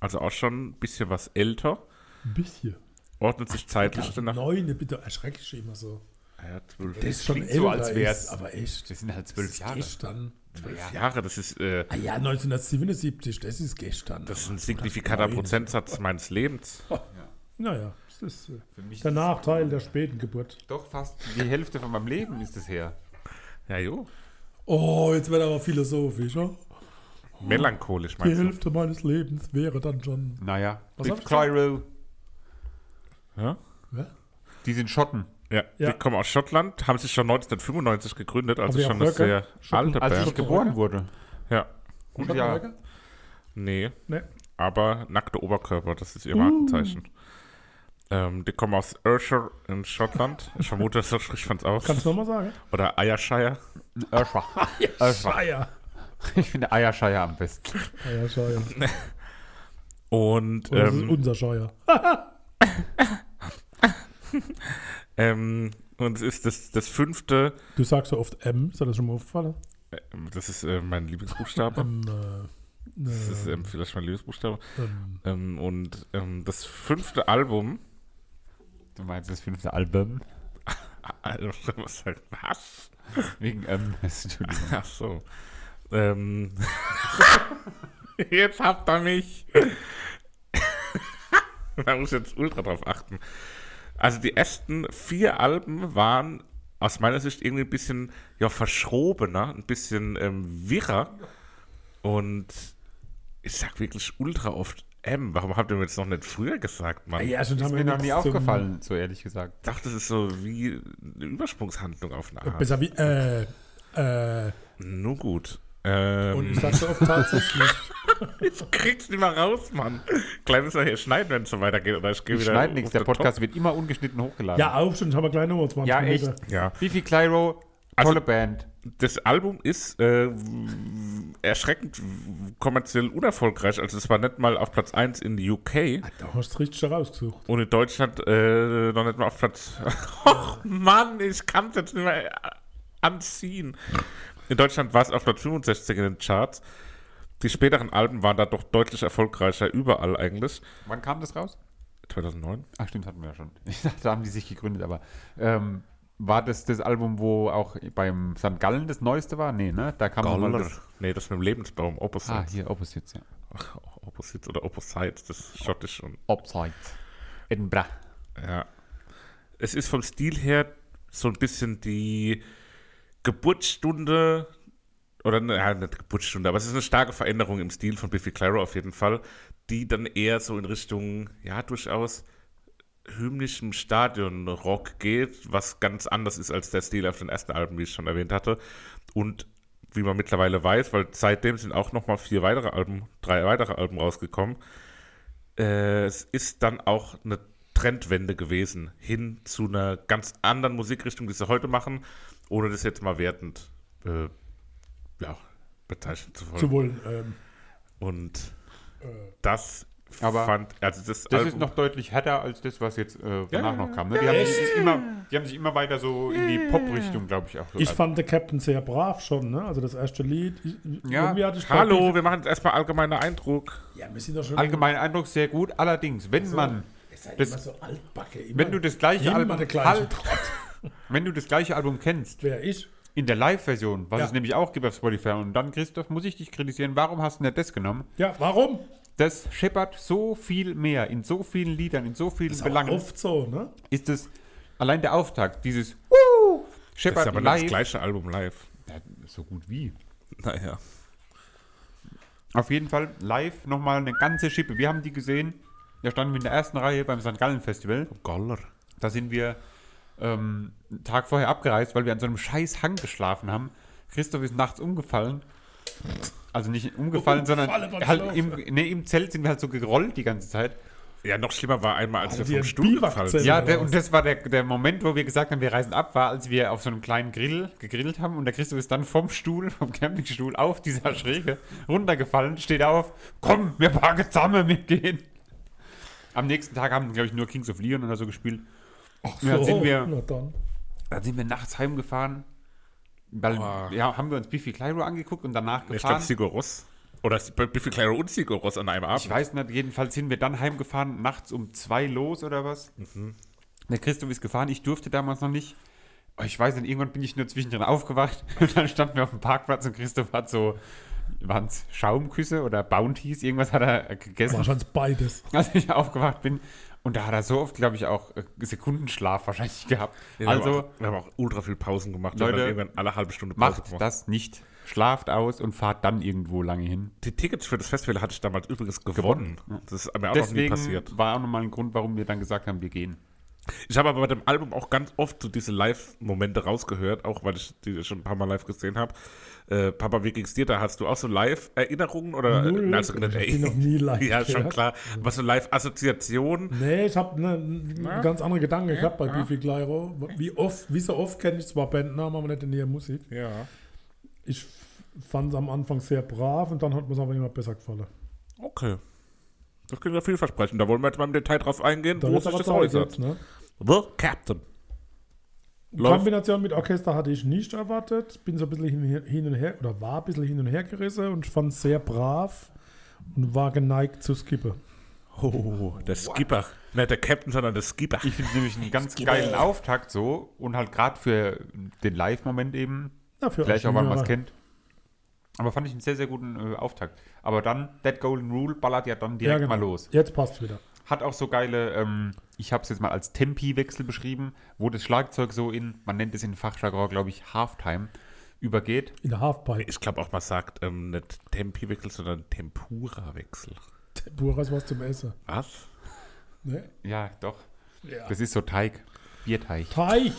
S1: Also auch schon ein bisschen was älter.
S2: Ein bisschen.
S1: Ordnet sich zeitlich danach.
S2: Neune, bitte erschrecke ich immer so.
S1: Ja, zwölf
S2: Das ist schon
S3: klingt
S2: älter,
S3: so, als wär's-
S2: ist, aber echt.
S3: Das sind halt
S2: Das
S3: zwölf
S2: ist
S3: Jahre.
S2: gestern.
S1: Jahre, das ist, äh,
S2: Ah ja, 1977, das ist gestern.
S1: das ist ein signifikanter Prozentsatz meines Lebens.
S2: Naja, das ist äh,
S3: mich
S2: der
S3: ist
S2: Nachteil der späten Geburt.
S3: Doch fast die Hälfte von meinem Leben ist es her.
S1: Ja, jo.
S2: Oh, jetzt wird aber philosophisch. Ja?
S1: Melancholisch
S2: Die
S1: meinst du?
S2: Hälfte meines Lebens wäre dann schon.
S3: Naja,
S2: Was hab
S3: Biff
S2: ich gesagt?
S3: Clyro,
S1: Ja?
S2: Ja?
S3: die sind Schotten.
S1: Ja,
S2: Ja.
S1: die kommen aus Schottland, haben sich schon 1995 gegründet, also
S2: die
S1: schon
S2: haben
S1: eine
S2: Röcke?
S1: sehr
S2: Schotten-
S1: alte
S3: Als ich
S1: Band.
S3: geboren wurde.
S1: Ja,
S3: Gute Jahre.
S1: nee,
S2: Nee.
S1: aber nackte Oberkörper, das ist ihr
S2: Uh.
S1: Markenzeichen. Ähm, die kommen aus Ayrshire in Schottland. Ich vermute, so spricht man es aus.
S2: Kannst du nochmal sagen?
S1: Oder Ayrshire.
S3: Erschwach. Erschwach.
S2: Scheier.
S3: Ich finde Eierscheier am besten.
S2: Ah ja, Scheier.
S1: Und
S2: Oder Oh, das ist
S1: ähm,
S2: unser Scheier.
S1: ähm, und es ist das, das fünfte,
S2: Du sagst so oft M, ist dir das schon mal aufgefallen?
S1: äh, das ist äh, mein Lieblingsbuchstabe.
S2: M, äh,
S1: Das ist
S2: äh,
S1: ähm, vielleicht mein Lieblingsbuchstabe.
S2: ähm,
S1: Ähm, und ähm, das fünfte Album
S3: Du meinst das fünfte Album?
S1: Also, was? halt- was?
S3: Wegen ähm, Entschuldigung.
S1: Ach so. Ähm. jetzt habt ihr mich. da muss ich jetzt ultra drauf achten. Also die ersten vier Alben waren aus meiner Sicht irgendwie ein bisschen ja, verschrobener, ein bisschen ähm, wirrer. Und ich sag wirklich ultra oft, M, warum habt ihr mir jetzt noch nicht früher gesagt, Mann?
S2: ja, schon
S3: Ist
S2: haben wir
S3: mir noch
S2: nichts
S3: nie
S2: zum-
S3: aufgefallen, so ehrlich gesagt.
S1: Ich dachte, das ist so wie eine Übersprungshandlung auf eine Art.
S2: Besser wie, äh, äh.
S1: Nun gut. Ähm,
S2: Und ich sag so oft tatsächlich.
S1: Ich krieg's nicht mal raus, Mann. Klein müssen wir hier schneiden, wenn es so weitergeht. Oder ich geh
S3: Wir
S1: wieder
S3: schneiden nichts,
S1: auf
S3: der
S1: den
S3: Podcast wird immer ungeschnitten hochgeladen.
S2: Ja, auf schon, haben wir gleich nochmal 20
S3: Ja,
S2: Minuten.
S3: echt.
S1: Top. Ja.
S3: Biffy Clyro,
S1: Also-
S3: tolle Band.
S1: Das Album ist äh, w- erschreckend w- kommerziell unerfolgreich. Also es war nicht mal auf Platz 1 in die UK
S2: Ah, Da hast du es richtig herausgesucht.
S1: und in Deutschland äh, noch nicht mal auf Platz... Och Mann, ich kann's jetzt nicht mehr äh, anziehen. In Deutschland war es auf Platz 65 in den Charts. Die späteren Alben waren da doch deutlich erfolgreicher, überall eigentlich.
S3: Wann kam das raus?
S1: 2009?
S3: Ach stimmt, hatten wir ja schon. Ich dachte, da haben die sich gegründet, aber ähm, war das das Album, wo auch beim St. Gallen das neueste war? Nee, ne? Da kam nochmal das.
S1: Nee, das mit dem Lebensbaum, Opposite.
S3: Ah, hier, Opposites, ja.
S1: Opposite oder Opposite, das ist schottisch und
S3: Opsites. Edinburgh.
S1: ja. Es ist vom Stil her so ein bisschen die Geburtsstunde oder ne, ja, nicht Geburtsstunde, aber es ist eine starke Veränderung im Stil von Biffy Clyro auf jeden Fall, die dann eher so in Richtung, ja, durchaus hymnischem Stadionrock geht, was ganz anders ist als der Stil auf den ersten Alben, wie ich schon erwähnt hatte. Und wie man mittlerweile weiß, weil seitdem sind auch nochmal vier weitere Alben, drei weitere Alben rausgekommen. Äh, es ist dann auch eine Trendwende gewesen hin zu einer ganz anderen Musikrichtung, die sie heute machen, ohne das jetzt mal wertend äh, ja, bezeichnen zu wollen.
S2: Zu wollen. Ähm,
S1: Und das
S3: Aber
S1: fand, also das,
S3: Das
S1: Album,
S3: ist noch deutlich härter als das, was jetzt äh, danach
S1: ja,
S3: noch kam. Ne? Die, haben sich immer, die haben sich immer weiter so in die Pop-Richtung, glaube ich, auch so
S2: ich fand der Captain sehr brav schon, ne? Also das erste Lied. Ich,
S3: Ja.
S2: irgendwie hatte ich
S1: Hallo, wir machen jetzt erstmal allgemeiner Eindruck.
S2: Ja, wir sind doch schon.
S3: Allgemein Eindruck sehr gut. Allerdings, wenn man
S2: Ihr seid
S3: das-
S2: immer so altbacke. Immer,
S3: wenn du das gleiche
S2: immer
S3: Album
S2: der gleiche.
S3: Halt! wenn du das gleiche Album kennst
S2: Wer ich?
S3: in der Live-Version, was
S2: Ja.
S3: es nämlich auch gibt auf Spotify und dann Christoph, muss ich dich kritisieren. Warum hast du nicht das genommen?
S2: Ja, warum?
S3: Das scheppert so viel mehr in so vielen Liedern, in so vielen
S2: Ist aber
S3: Belangen.
S2: oft so, ne?
S3: Ist es allein der Auftakt dieses Woo!
S1: Das
S3: scheppert
S1: ist aber nicht
S3: live.
S1: das gleiche Album live.
S3: Ja, so gut wie.
S1: Naja.
S3: Auf jeden Fall live nochmal eine ganze Schippe. Wir haben die gesehen. Da standen wir in der ersten Reihe beim St. Gallen Festival.
S1: Goller.
S3: Da sind wir ähm, einen Tag vorher abgereist, weil wir an so einem scheiß Hang geschlafen haben. Christoph ist nachts umgefallen. Also nicht umgefallen, sondern
S2: Umgefallen beim
S3: halt im,
S2: Schlafen.
S3: nee, im Zelt sind wir halt so gerollt die ganze Zeit.
S1: Ja, noch schlimmer war einmal, als wir
S2: Hatte die
S1: vom
S2: ein
S1: Stuhl gefallen sind.
S2: Biwakzelt?
S3: Ja,
S2: oder
S3: der,
S2: was?
S3: und das war der, der Moment, wo wir gesagt haben, wir reisen ab, war, als wir auf so einem kleinen Grill gegrillt haben und der Christoph ist dann vom Stuhl, vom Campingstuhl auf dieser Schräge runtergefallen, steht auf, komm, wir packen zusammen, wir gehen. Am nächsten Tag haben, glaube ich, nur Kings of Leon oder so gespielt.
S2: Ach
S3: Ja, sind wir-
S2: Na dann.
S3: Dann sind wir nachts heimgefahren, weil,
S1: Boah.
S3: ja, haben wir uns Biffy Clyro angeguckt und danach
S1: Ich glaube,
S3: gefahren. Ich,
S1: Sigur Ross. Oder Biffy Clyro und Sigur Ross an einem Abend.
S3: weiß nicht, jedenfalls sind wir dann heimgefahren, nachts um zwei los oder was.
S1: Mhm.
S3: Der Christoph ist gefahren, ich durfte damals noch nicht. Oh, Ich weiß nicht, irgendwann bin ich nur zwischendrin aufgewacht und dann standen wir auf dem Parkplatz und Christoph hat so, waren es Schaumküsse oder Bounties, irgendwas hat er gegessen.
S2: Wahrscheinlich beides.
S3: als ich aufgewacht bin. Und da hat er so oft, glaube ich, auch äh, Sekundenschlaf wahrscheinlich gehabt.
S1: Ja, wir haben
S3: also
S1: auch, wir haben auch ultra viel Pausen gemacht.
S3: Leute,
S1: wir haben dann irgendwann alle halbe Stunde Pause
S3: macht das nicht. Schlaft aus und fahrt dann irgendwo lange hin.
S1: Die Tickets für das Festival hatte ich damals übrigens gewonnen. Das ist mir auch noch nie
S3: Deswegen
S1: passiert.
S3: war auch nochmal ein Grund, warum wir dann gesagt haben, wir gehen.
S1: Ich habe aber bei dem Album auch ganz oft so diese Live-Momente rausgehört, auch weil ich die schon ein paar Mal live gesehen habe. Äh, Papa, wie ging's dir da? Hast du auch so Live-Erinnerungen oder
S2: Null.
S1: also,
S2: Ich hab die noch nie live
S1: Ja, schon
S2: gehört.
S1: klar. Was so Live-Assoziationen?
S2: Nee, ich habe einen ganz anderen Gedanken gehabt bei Biffy Clyro. Wie oft, wie so oft kenne ich zwar Bandnamen, aber nicht in ihrer Musik.
S1: Ja.
S2: Ich fand es am Anfang sehr brav und dann hat mir es aber immer besser gefallen.
S1: Okay. Das klingt ja vielversprechend. Da wollen wir jetzt mal im Detail drauf eingehen,
S2: Dann
S1: wo
S2: ist
S1: sich
S2: aber
S1: das
S2: Zeit
S1: äußert.
S2: jetzt, ne?
S1: The Captain. Läuft.
S2: Kombination mit Orchester hatte ich nicht erwartet. Bin so ein bisschen hin, hin und her, oder war ein bisschen hin und her gerissen und fand es sehr brav und war geneigt zu skippen.
S1: Oh, der Skipper. Nicht der Captain, sondern der Skipper.
S3: Ich finde nämlich einen ganz geilen Auftakt so und halt gerade für den Live-Moment eben.
S2: Na, für
S3: Vielleicht
S2: euch
S3: auch, weil man
S2: Jüngere.
S3: es kennt. Aber fand ich einen sehr, sehr guten äh, Auftakt. Aber dann, That Golden Rule ballert ja dann direkt
S2: Ja, genau.
S3: mal los.
S2: Jetzt passt wieder.
S3: Hat auch so geile, ähm, ich habe es jetzt mal als Tempi-Wechsel beschrieben, wo das Schlagzeug so in, man nennt es in Fachjargon, glaube ich, Halftime übergeht.
S2: In der Halfpipe.
S1: Ich glaube auch, man sagt ähm, nicht Tempi-Wechsel, sondern Tempura-Wechsel.
S2: Buras was zum Essen.
S1: Was?
S2: Ne?
S3: Ja, doch.
S2: Ja.
S3: Das ist so Teig. Bierteig.
S2: Teich.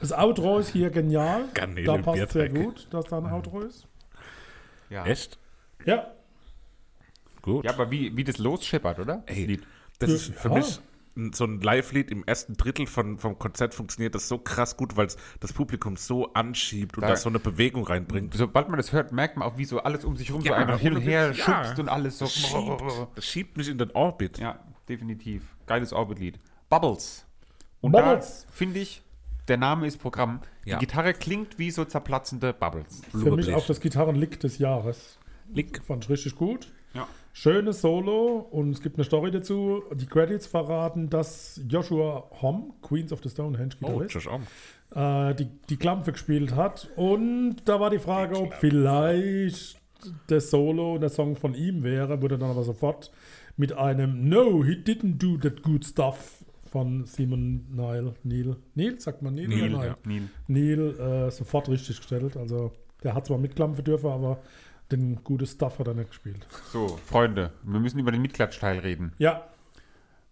S2: Das Outro ist hier genial.
S1: Garnelen
S2: da
S1: im
S2: passt sehr
S1: Bierteig. Mhm.
S2: gut, dass da ein Outro ist.
S3: Ja.
S1: Echt?
S2: Ja,
S1: Gut.
S3: Ja, aber wie, wie das losscheppert, oder?
S1: Ey,
S3: Das Lied.
S1: Das
S2: Ja.
S1: ist für mich n- so ein Live-Lied im ersten Drittel von, vom Konzert funktioniert das so krass gut, weil es das Publikum so anschiebt und
S3: Da-
S1: da so eine Bewegung reinbringt.
S3: Sobald man das hört, merkt man auch, wie so alles um sich rum so
S1: Ja,
S3: einfach hin und
S1: ohne
S3: her
S1: Witz, ja.
S3: schubst und alles so. Oh,
S1: Das schiebt, das schiebt mich in den Orbit.
S3: Ja, definitiv. Geiles Orbit-Lied. Bubbles. Und
S2: Bubbles.
S3: da finde ich, der Name ist Programm.
S1: Ja.
S3: Die Gitarre klingt wie so zerplatzende Bubbles.
S2: für mich
S1: Blubberblech.
S2: auch das Gitarrenlick des Jahres.
S1: Lick.
S2: Fand ich richtig gut.
S3: Ja.
S2: Schönes Solo und es gibt eine Story dazu. Die Credits verraten, dass Joshua Homme, Queens of the Stonehenge
S1: Oh,
S2: Gitarrist,
S1: Josh Om.
S2: äh, die, die Klampfe gespielt hat. Und da war die Frage, ob vielleicht das Solo und der Song von ihm wäre, wurde dann aber sofort mit einem No, he didn't do that good stuff von Simon Neil. Neil, Neil sagt man Neil,
S1: Neil,
S2: oder Neil?
S1: ja.
S3: Neil.
S2: Neil äh, sofort richtig gestellt. Also der hat zwar mitklampfen dürfen, aber den gutes Stuff hat er nicht gespielt.
S3: So, Freunde, wir müssen über den Mitklatschteil reden.
S2: Ja,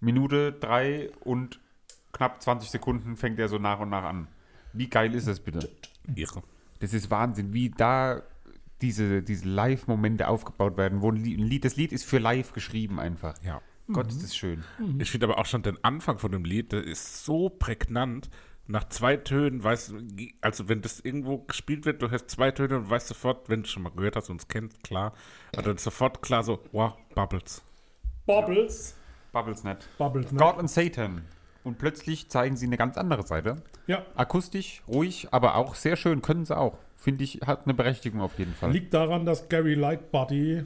S3: Minute drei und knapp 20 Sekunden fängt er so nach und nach an. Wie geil ist das bitte?
S2: Mhm.
S1: Irre.
S3: Das ist Wahnsinn, wie da diese, diese Live-Momente aufgebaut werden, wo ein Lied, ein Lied, das Lied ist für live geschrieben einfach.
S1: Ja.
S2: Mhm.
S3: Gott, ist das schön.
S1: Ich finde aber auch schon den Anfang von dem Lied, der ist so prägnant. Nach zwei Tönen weißt du, also wenn das irgendwo gespielt wird, du hörst zwei Töne und weißt sofort, wenn du schon mal gehört hast und es kennst, klar, aber dann sofort klar so, wow, Bubbles.
S2: Bubbles.
S3: Bubbles nicht.
S2: Bubbles, ne?
S3: God und Satan. Und plötzlich zeigen sie eine ganz andere Seite.
S2: Ja.
S3: Akustisch, ruhig, aber auch sehr schön. Können sie auch. Finde ich, hat eine Berechtigung auf jeden Fall.
S2: Liegt daran, dass Gary Lightbody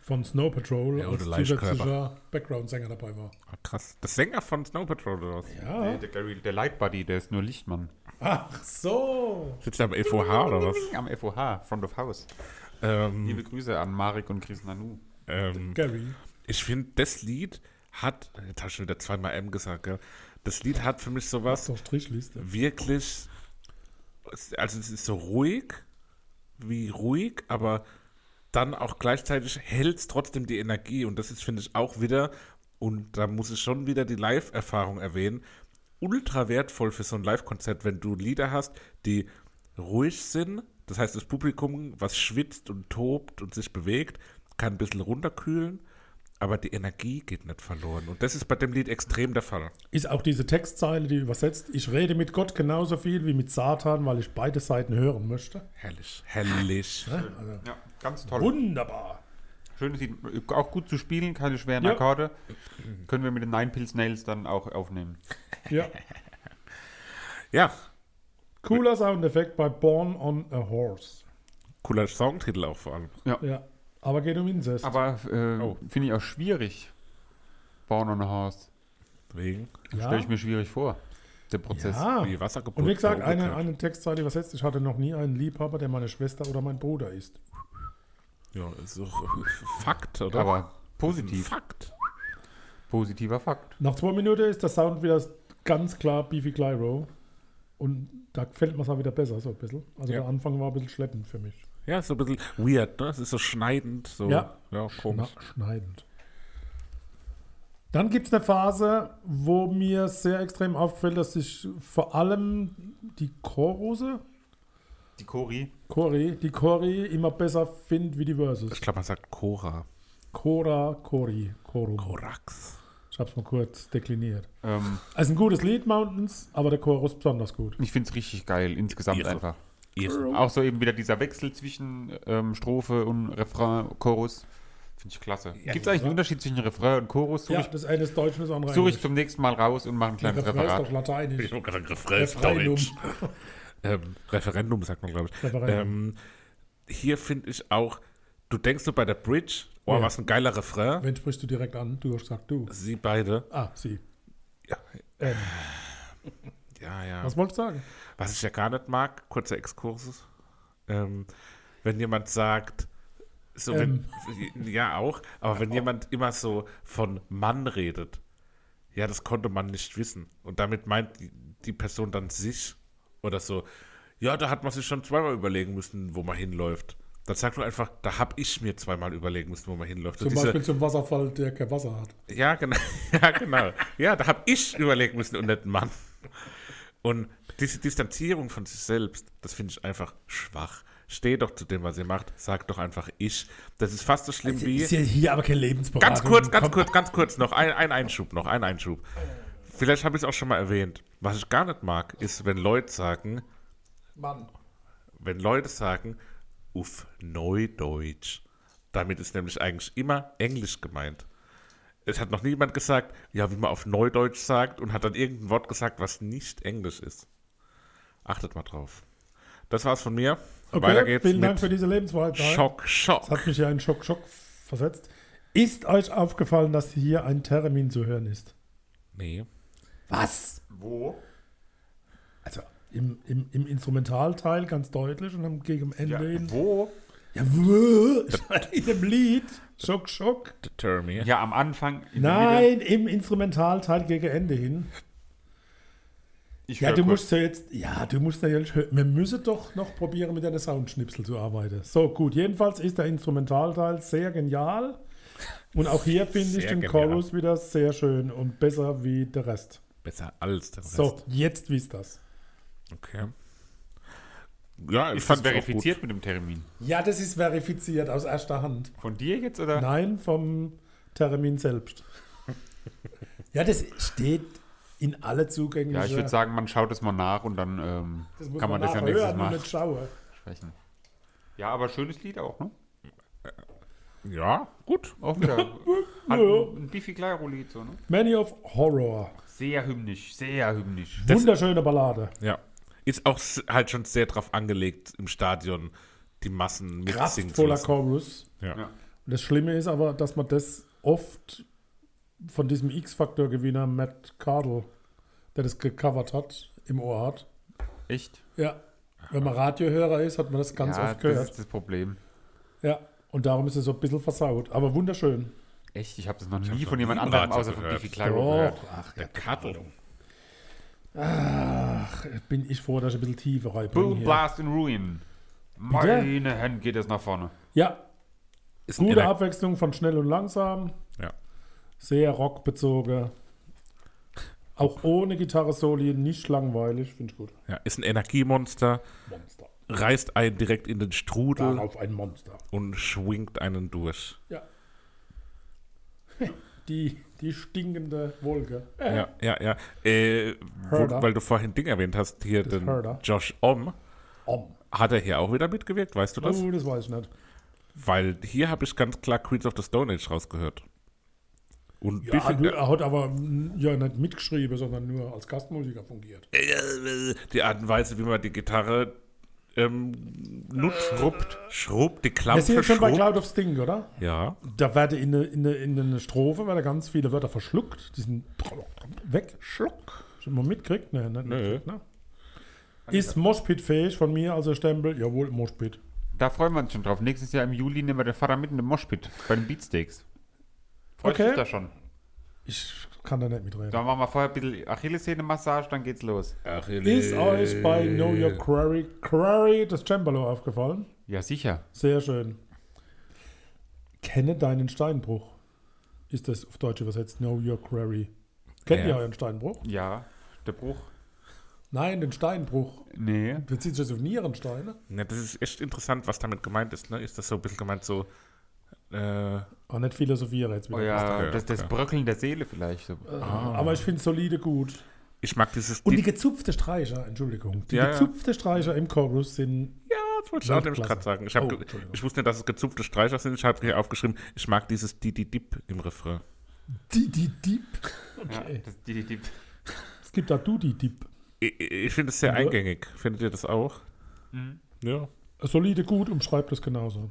S2: von Snow Patrol
S1: Ja,
S2: als
S1: oder Leischkörper.
S2: zusätzlicher Background-Sänger dabei war.
S1: Ah, krass. Das Sänger von Snow Patrol oder was?
S2: Ja.
S3: Nee, der, Gary, der Light Buddy, der ist nur Lichtmann.
S2: Ach so.
S1: Sitzt er am FOH oder was?
S3: Am FOH, Front of House.
S1: Ähm,
S2: Mhm.
S3: Liebe Grüße an Marek und Chris Nanu.
S1: ähm,
S2: Gary.
S1: ich finde, das Lied hat, jetzt hast du schon wieder zweimal M gesagt, gell? Das Lied hat für mich sowas,
S2: Zur Strichliste.
S1: wirklich, also es ist so ruhig, wie ruhig, aber dann auch gleichzeitig hält es trotzdem die Energie und das ist, finde ich, auch wieder, und da muss ich schon wieder die Live-Erfahrung erwähnen, ultra wertvoll für so ein Live-Konzert, wenn du Lieder hast, die ruhig sind, das heißt, das Publikum, was schwitzt und tobt und sich bewegt, kann ein bisschen runterkühlen, aber die Energie geht nicht verloren und das ist bei dem Lied extrem der Fall.
S2: Ist auch diese Textzeile, die übersetzt, ich rede mit Gott genauso viel wie mit Satan, weil ich beide Seiten hören möchte.
S1: Herrlich, herrlich.
S2: Ne? Also,
S3: Ja, ganz toll.
S2: wunderbar.
S3: Schönes Lied. Auch gut zu spielen, keine schweren
S2: Ja. Mhm.
S3: Akkorde. Können wir mit den Nine Pills Nails dann auch aufnehmen.
S2: Ja.
S1: Ja,
S2: Cooler Soundeffekt bei Born on a Horse.
S1: Cooler Songtitel auch vor allem.
S2: Ja. Aber geht um Inzest.
S3: Aber äh,
S1: Oh.
S3: finde ich auch schwierig. Born on a Horse.
S1: Deswegen,
S2: ja.
S3: Stelle ich mir schwierig vor, der Prozess.
S2: ja.
S1: wie Wassergeburt.
S2: Und wie gesagt,
S1: bei
S2: eine,
S1: Umgekehrt.
S2: eine Textzeile übersetzt, ich hatte noch nie einen Liebhaber, der meine Schwester oder mein Bruder ist.
S1: Ja, ist doch Fakt, oder?
S3: Aber positiv.
S1: Fakt.
S3: Positiver Fakt.
S2: Nach zwei Minuten ist der Sound wieder ganz klar Beefy Clyro. Und da gefällt mir es auch wieder besser, so ein bisschen. Also
S1: Ja.
S2: der Anfang war ein bisschen schleppend für mich.
S1: Ja, ist so ein bisschen weird, ne? Es ist so schneidend, so.
S2: Ja.
S1: komisch.
S2: Na, schneidend. Dann gibt es eine Phase, wo mir sehr extrem aufgefällt, dass sich vor allem die Chorose,
S3: Die Cori.
S2: Chori, die Chori immer besser findet wie die Verses.
S1: Ich glaube, man sagt Cora.
S2: Chora, Chori, Chorum.
S1: Corax.
S2: Ich hab's mal kurz dekliniert.
S3: Ähm,
S2: Also ein gutes Lied, Mountains, aber der Chorus besonders gut.
S3: ich finde es richtig geil, insgesamt
S1: Irre.
S3: einfach.
S1: Irre.
S3: Auch so eben wieder dieser Wechsel zwischen ähm, Strophe und Refrain, Chorus. Finde ich klasse. Gibt es eigentlich einen Unterschied zwischen Refrain und Chorus? Suche
S2: Ja, das eine ist deutsch und das andere
S3: ich, such ich
S2: Englisch.
S3: zum nächsten Mal raus und mache ein kleines
S2: Der Refrain ist
S3: Referat.
S2: doch lateinisch.
S1: Ich habe gerade
S2: Referendum.
S1: Deutsch. ähm, Referendum sagt man, glaube ich. Ähm,
S2: Referendum.
S1: hier finde ich auch, du denkst so bei der Bridge, oh,
S2: Ja.
S1: was ein geiler Refrain.
S2: Wen sprichst du direkt an? Du hast gesagt du.
S1: Sie beide.
S2: Ah, sie.
S1: Ja,
S2: Ähm,
S1: ja. ja.
S2: was wolltest du sagen?
S1: Was ich ja gar nicht mag, kurzer Exkurs, ähm, wenn jemand sagt, so
S2: Ähm.
S1: wenn, ja auch, aber wenn jemand immer so von Mann redet, ja, das konnte man nicht wissen. Und damit meint die, die Person dann sich oder so, ja, da hat man sich schon zweimal überlegen müssen, wo man hinläuft. Dann sagt man einfach, da hab ich mir zweimal überlegen müssen, wo man hinläuft. So
S2: Zum
S1: diese,
S2: Beispiel zum Wasserfall, der kein Wasser hat.
S1: ja, genau. Ja, genau. Ja, da habe ich überlegen müssen und nicht ein Mann. Und diese Distanzierung von sich selbst, das finde ich einfach schwach. Steh doch zu dem, was ihr macht. Sag doch einfach ich. Das ist fast so schlimm wie.
S2: ja hier aber kein Lebensberatung.
S1: Ganz kurz, ganz kurz, ganz kurz noch. Ein, ein Einschub noch, ein Einschub. Vielleicht habe ich es auch schon mal erwähnt. Was ich gar nicht mag, ist, wenn Leute sagen,
S2: Mann.
S1: wenn Leute sagen, uff, Neudeutsch. Damit ist nämlich eigentlich immer Englisch gemeint. Es hat noch niemand gesagt, ja, wie man auf Neudeutsch sagt und hat dann irgendein Wort gesagt, was nicht Englisch ist. Achtet mal drauf. Das war's von mir.
S2: Okay,
S1: Weiter geht's
S2: vielen
S1: mit
S2: Dank für diese Lebensweisheit.
S1: Schock, Schock.
S2: Das hat mich ja in Schock, Schock versetzt. Ist euch aufgefallen, dass hier ein Termin zu hören ist?
S1: Nee.
S2: Was?
S3: Wo?
S2: Also im, im, im Instrumentalteil ganz deutlich und dann gegen Ende
S3: Ja,
S2: hin.
S3: wo?
S2: Ja, wuh, ich meine, in dem Lied. Schock, Schock.
S1: Determine.
S3: Ja, am Anfang. in der Mitte.
S2: Nein, im Instrumentalteil gegen Ende hin.
S3: Ich
S2: Ja,
S3: hör
S2: du
S3: kurz.
S2: musst ja jetzt, ja, du musst natürlich, hö- wir müssen doch noch probieren, mit einer Soundschnipsel zu arbeiten. So, gut, jedenfalls ist der Instrumentalteil sehr genial. Und auch hier finde ich
S1: Sehr
S2: den
S1: genial.
S2: Chorus wieder sehr schön und besser wie der Rest.
S1: Besser als der Rest.
S2: So, jetzt wie ist das?
S1: Okay. Ja, ich
S3: Ist das
S1: fand's auch gut.
S3: verifiziert mit dem Termin?
S2: Ja, das ist verifiziert aus erster Hand.
S3: Von dir jetzt oder?
S2: Nein, vom Termin selbst. Ja, das steht in alle zugänglichen.
S3: Ja, ich würde sagen, man schaut es mal nach und dann ähm, kann man, das ja nächstes Mal
S2: nicht schauen.
S3: sprechen. Ja, aber schönes Lied auch, ne?
S1: Ja, gut.
S3: Auch wieder. hat ein, ein Biffy Clyro-Lied, so, ne?
S2: Many of Horror.
S3: Sehr hymnisch, sehr hymnisch.
S2: Wunderschöne Ballade.
S1: Ja. Ist auch s- halt schon sehr drauf angelegt, im Stadion die Massen mitsingen zu
S2: Kraftvoller
S1: lassen.
S2: Chorus.
S1: Ja.
S3: Ja.
S2: Und das Schlimme ist aber, dass man das oft von diesem X-Factor-Gewinner Matt Cardle, der das gecovert hat, im Ohr hat.
S3: Echt?
S2: Ja. Wenn man Radiohörer ist, hat man das ganz
S3: ja,
S2: oft
S3: das
S2: gehört.
S3: ist das Problem.
S2: Ja. Und darum ist es so ein bisschen versaut. Aber wunderschön.
S3: Echt? Ich habe das noch nie
S1: noch
S3: von jemand
S1: nie im
S3: anderem
S1: Radio
S3: außer von
S1: gehört.
S3: Biffy Clyro gehört.
S2: Ach,
S1: Der Kattel.
S2: Ach, bin ich froh, dass ich ein bisschen tiefer reinbringe.
S3: Boom,
S2: hier.
S3: Blast and Ruin. Meine Hand geht es nach vorne.
S2: Ja,
S1: Ist ein
S2: gute
S1: Ener-
S2: Abwechslung von schnell und langsam.
S1: Ja.
S2: Sehr rockbezogen. Auch ohne Gitarre-Soli, nicht langweilig. Finde ich gut.
S1: ja, ist ein Energiemonster,
S2: Monster.
S1: reißt einen direkt in den Strudel
S2: Darauf ein Monster.
S1: und schwingt einen durch.
S2: Ja. Die, die stinkende Wolke.
S1: Ja, ja, ja. Äh, wo,
S2: Herder.
S1: weil du vorhin Ding erwähnt hast, hier
S2: Das
S1: den
S2: Herder.
S1: Josh Om,
S2: Om.
S1: hat er hier auch wieder mitgewirkt, weißt du das?
S2: Oh, das weiß ich nicht.
S1: Weil hier habe ich ganz klar Queens of the Stone Age rausgehört. Und äh,
S2: Ja,
S1: Biffy,
S2: er hat aber mm, ja, nicht mitgeschrieben, sondern nur als Gastmusiker fungiert.
S1: äh, die Art und Weise, wie man die Gitarre ähm, nutzt, schrubbt, schrubbt, die
S2: Wir
S1: Klampfe
S2: sind jetzt schon bei
S1: schrubbt.
S2: Cloud of Sting, oder?
S1: Ja,
S2: Da werden in eine, in eine, in eine Strophe werden ganz viele Wörter verschluckt. Die sind weg. Schluck. Schon mal mitgekriegt? Ne, nicht mitgekriegt, ne? Ist Moshpit fähig von mir, also Stempel? Jawohl, Moshpit.
S3: Da freuen wir uns schon drauf. Nächstes Jahr im Juli nehmen wir den Vater mit in den Moshpit bei den Beatsteaks. Freut
S2: Okay.
S3: sich da schon.
S2: Ich kann da nicht mitreden.
S3: Dann machen wir vorher ein bisschen Achillessehne-Massage, dann geht's los.
S2: Ist euch bei Know Your Quarry, Quarry das Cembalo aufgefallen?
S3: Ja, sicher.
S2: Sehr schön. Kenne deinen Steinbruch. Ist das auf Deutsch übersetzt? Know Your Quarry. Kennt
S1: Ja.
S2: ihr euren Steinbruch?
S3: Ja, der Bruch.
S2: Nein, den Steinbruch.
S3: Nee.
S2: Bezieht sich das auf Nierensteine?
S1: Ja, das ist echt interessant, was damit gemeint ist. Ne? Ist das so ein bisschen gemeint so, äh,
S2: Ah, nicht philosophiere jetzt wieder. Ah.
S3: Euer,
S1: gehört,
S3: das, das
S1: Oh ja. Ah.
S3: Bröckeln der Seele vielleicht. So.
S2: Aber ich finde es solide gut.
S1: ich mag dieses...
S2: Und die, gezupfte Streicher, Entschuldigung. Die
S1: Ja, ja.
S2: gezupfte Streicher im Chorus sind.
S1: ja, das wollte ich auch nämlich
S2: Weltklasse.
S1: gerade sagen. Ich, hab,
S2: Oh,
S1: ge-
S2: Entschuldigung.
S1: ich wusste nicht, dass es gezupfte Streicher sind. Ich habe hier aufgeschrieben, ich mag dieses di di dip im Refrain.
S2: Die, die, Dieb.
S3: Ja,
S2: Okay.
S3: das, die, die, die.
S2: Es gibt da Du, die Dieb.
S1: Ich, ich finde es sehr
S2: Ja.
S1: eingängig. Findet ihr das auch?
S3: Mhm.
S1: Ja.
S2: Solide gut umschreibt das genauso.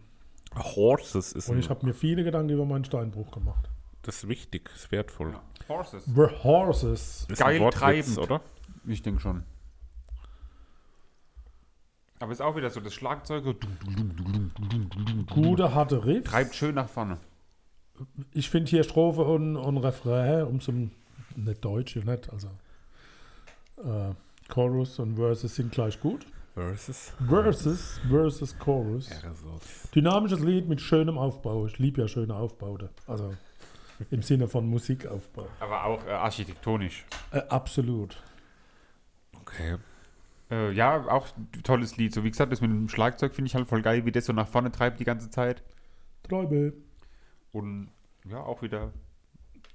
S1: Horses ist
S2: Und ich
S1: ein-
S2: habe mir viele Gedanken über meinen Steinbruch gemacht.
S1: das ist wichtig, ist wertvoll.
S3: Horses.
S2: The Horses.
S1: Ist ein
S3: Geil
S1: Wortwitz,
S3: treibend.
S1: oder?
S3: Ich denke schon. Aber ist auch wieder so, das Schlagzeug so dum, dum, dum, dum, dum, dum, dum, dum, dum.
S2: Gute, harte Riffs.
S3: treibt schön nach vorne.
S2: Ich finde hier Strophe und, und Refrain, um zum. Nicht Deutsch, hier nicht. Also. Äh, Chorus und Verses sind gleich gut.
S1: Versus.
S2: Verses versus Chorus. Dynamisches Lied mit schönem Aufbau. Ich liebe ja schöne Aufbaute. Also im Sinne von Musikaufbau.
S3: Aber auch äh, architektonisch.
S2: Äh, absolut.
S1: Okay.
S3: Äh, ja, auch ein tolles Lied. So wie gesagt, das mit dem Schlagzeug finde ich halt voll geil, wie das so nach vorne treibt die ganze Zeit.
S2: Träume.
S3: Und ja, auch wieder.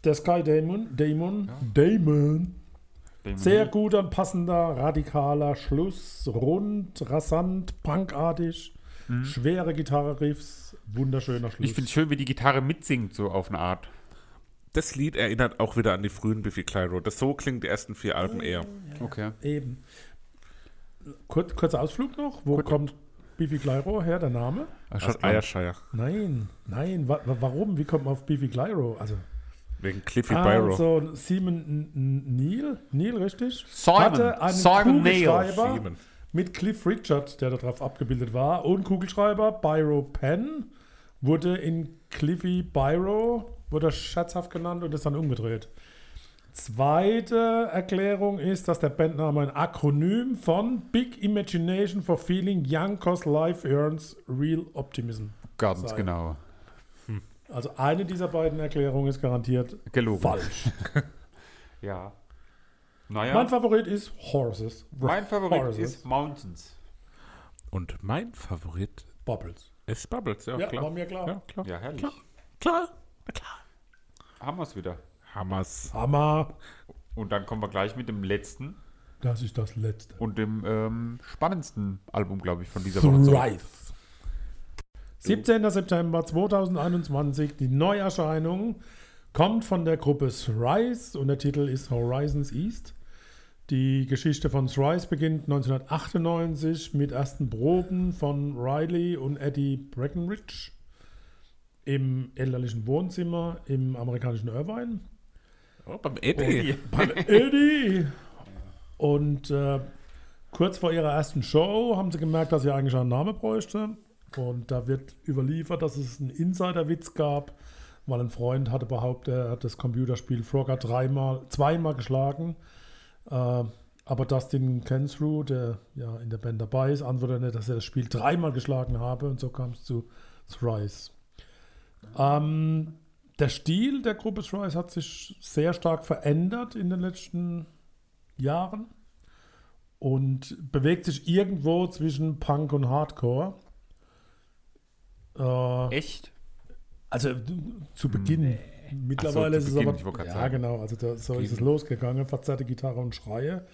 S2: Der Sky Damon, Damon,
S3: Ja.
S2: Damon.
S3: Damon
S2: Sehr
S3: Hill.
S2: gut und passender, radikaler Schluss. Rund, rasant, punkartig. Schwere Gitarre-Riffs. Wunderschöner Schluss.
S3: Ich finde es schön, wie die Gitarre mitsingt, so auf eine Art.
S1: Das Lied erinnert auch wieder an die frühen Biffy Clyro. Das so klingen die ersten vier Alben eher.
S3: Okay.
S2: Eben. Kur kurzer Ausflug noch. Wo kommt Biffy Clyro her, der Name?
S1: Aus Ayrshire.
S2: Nein, nein. Wa wa- warum? Wie kommt man auf Biffy Clyro? Also,
S1: Wegen Cliffy Byro.
S2: also Simon N- N- Neil, Neil richtig?
S3: Simon,
S2: Hatte einen
S3: Simon
S2: Kugelschreiber
S1: Neil. Simon.
S2: mit Cliff Richard, der darauf abgebildet war, und Kugelschreiber Byro Penn wurde in Cliffy Byro, wurde er scherzhaft genannt und ist dann umgedreht. Zweite Erklärung ist, dass der Bandname ein Akronym von Big Imagination for Feeling Young Cause Life Earns Real Optimism.
S3: Ganz
S2: Sei.
S3: genau.
S2: Also eine dieser beiden Erklärungen ist garantiert
S3: Gelogen.
S2: falsch.
S3: Ja.
S2: Mein
S3: Naja, mein,
S2: Favorit ist Horses.
S3: Favorit
S2: Horses.
S3: ist Mountains.
S1: Und mein Favorit
S2: Bubbles.
S1: ist Bubbles. Ja,
S2: Ja,
S1: klar.
S2: war mir klar.
S1: Ja, klar.
S3: Ja, herrlich.
S1: Klar. Na klar.
S3: Haben wir es wieder.
S1: Hamas.
S2: Hammer.
S3: Und dann kommen wir gleich mit dem letzten
S2: Das ist das letzte.
S3: und dem ähm, spannendsten Album, glaube ich, von dieser Woche. zurück.
S2: Thrive. 17. September 2021, die Neuerscheinung kommt von der Gruppe Thrice und der Titel ist Horizons East. Die Geschichte von Thrice beginnt 1998 mit ersten Proben von Riley und Eddie Breckenridge im elterlichen Wohnzimmer im amerikanischen Irvine.
S1: Oh, beim Eddie.
S2: Beim Eddie! Und äh, kurz vor ihrer ersten Show haben sie gemerkt, dass sie eigentlich einen Namen bräuchte. Und da wird überliefert, dass es einen Insiderwitz gab, weil ein Freund hatte behauptet, er hat das Computerspiel Frogger dreimal, zweimal geschlagen. Äh, aber Dustin Kensrew, der ja in der Band dabei ist, antwortete, dass er das Spiel dreimal geschlagen habe. Und so kam es zu Thrice. Ähm, der Stil der Gruppe Thrice hat sich sehr stark verändert in den letzten Jahren und bewegt sich irgendwo zwischen Punk und Hardcore. Äh,
S3: Echt?
S2: also du- zu Beginn. Mittlerweile
S3: Ach
S2: ist
S3: so, zu Beginn,
S2: es
S3: ich
S2: aber.
S3: wollte
S2: ja,
S3: gerade sagen.
S2: genau. Also da, so ist es
S3: Beginn.
S2: losgegangen. Verzerrte Gitarre und Schreie.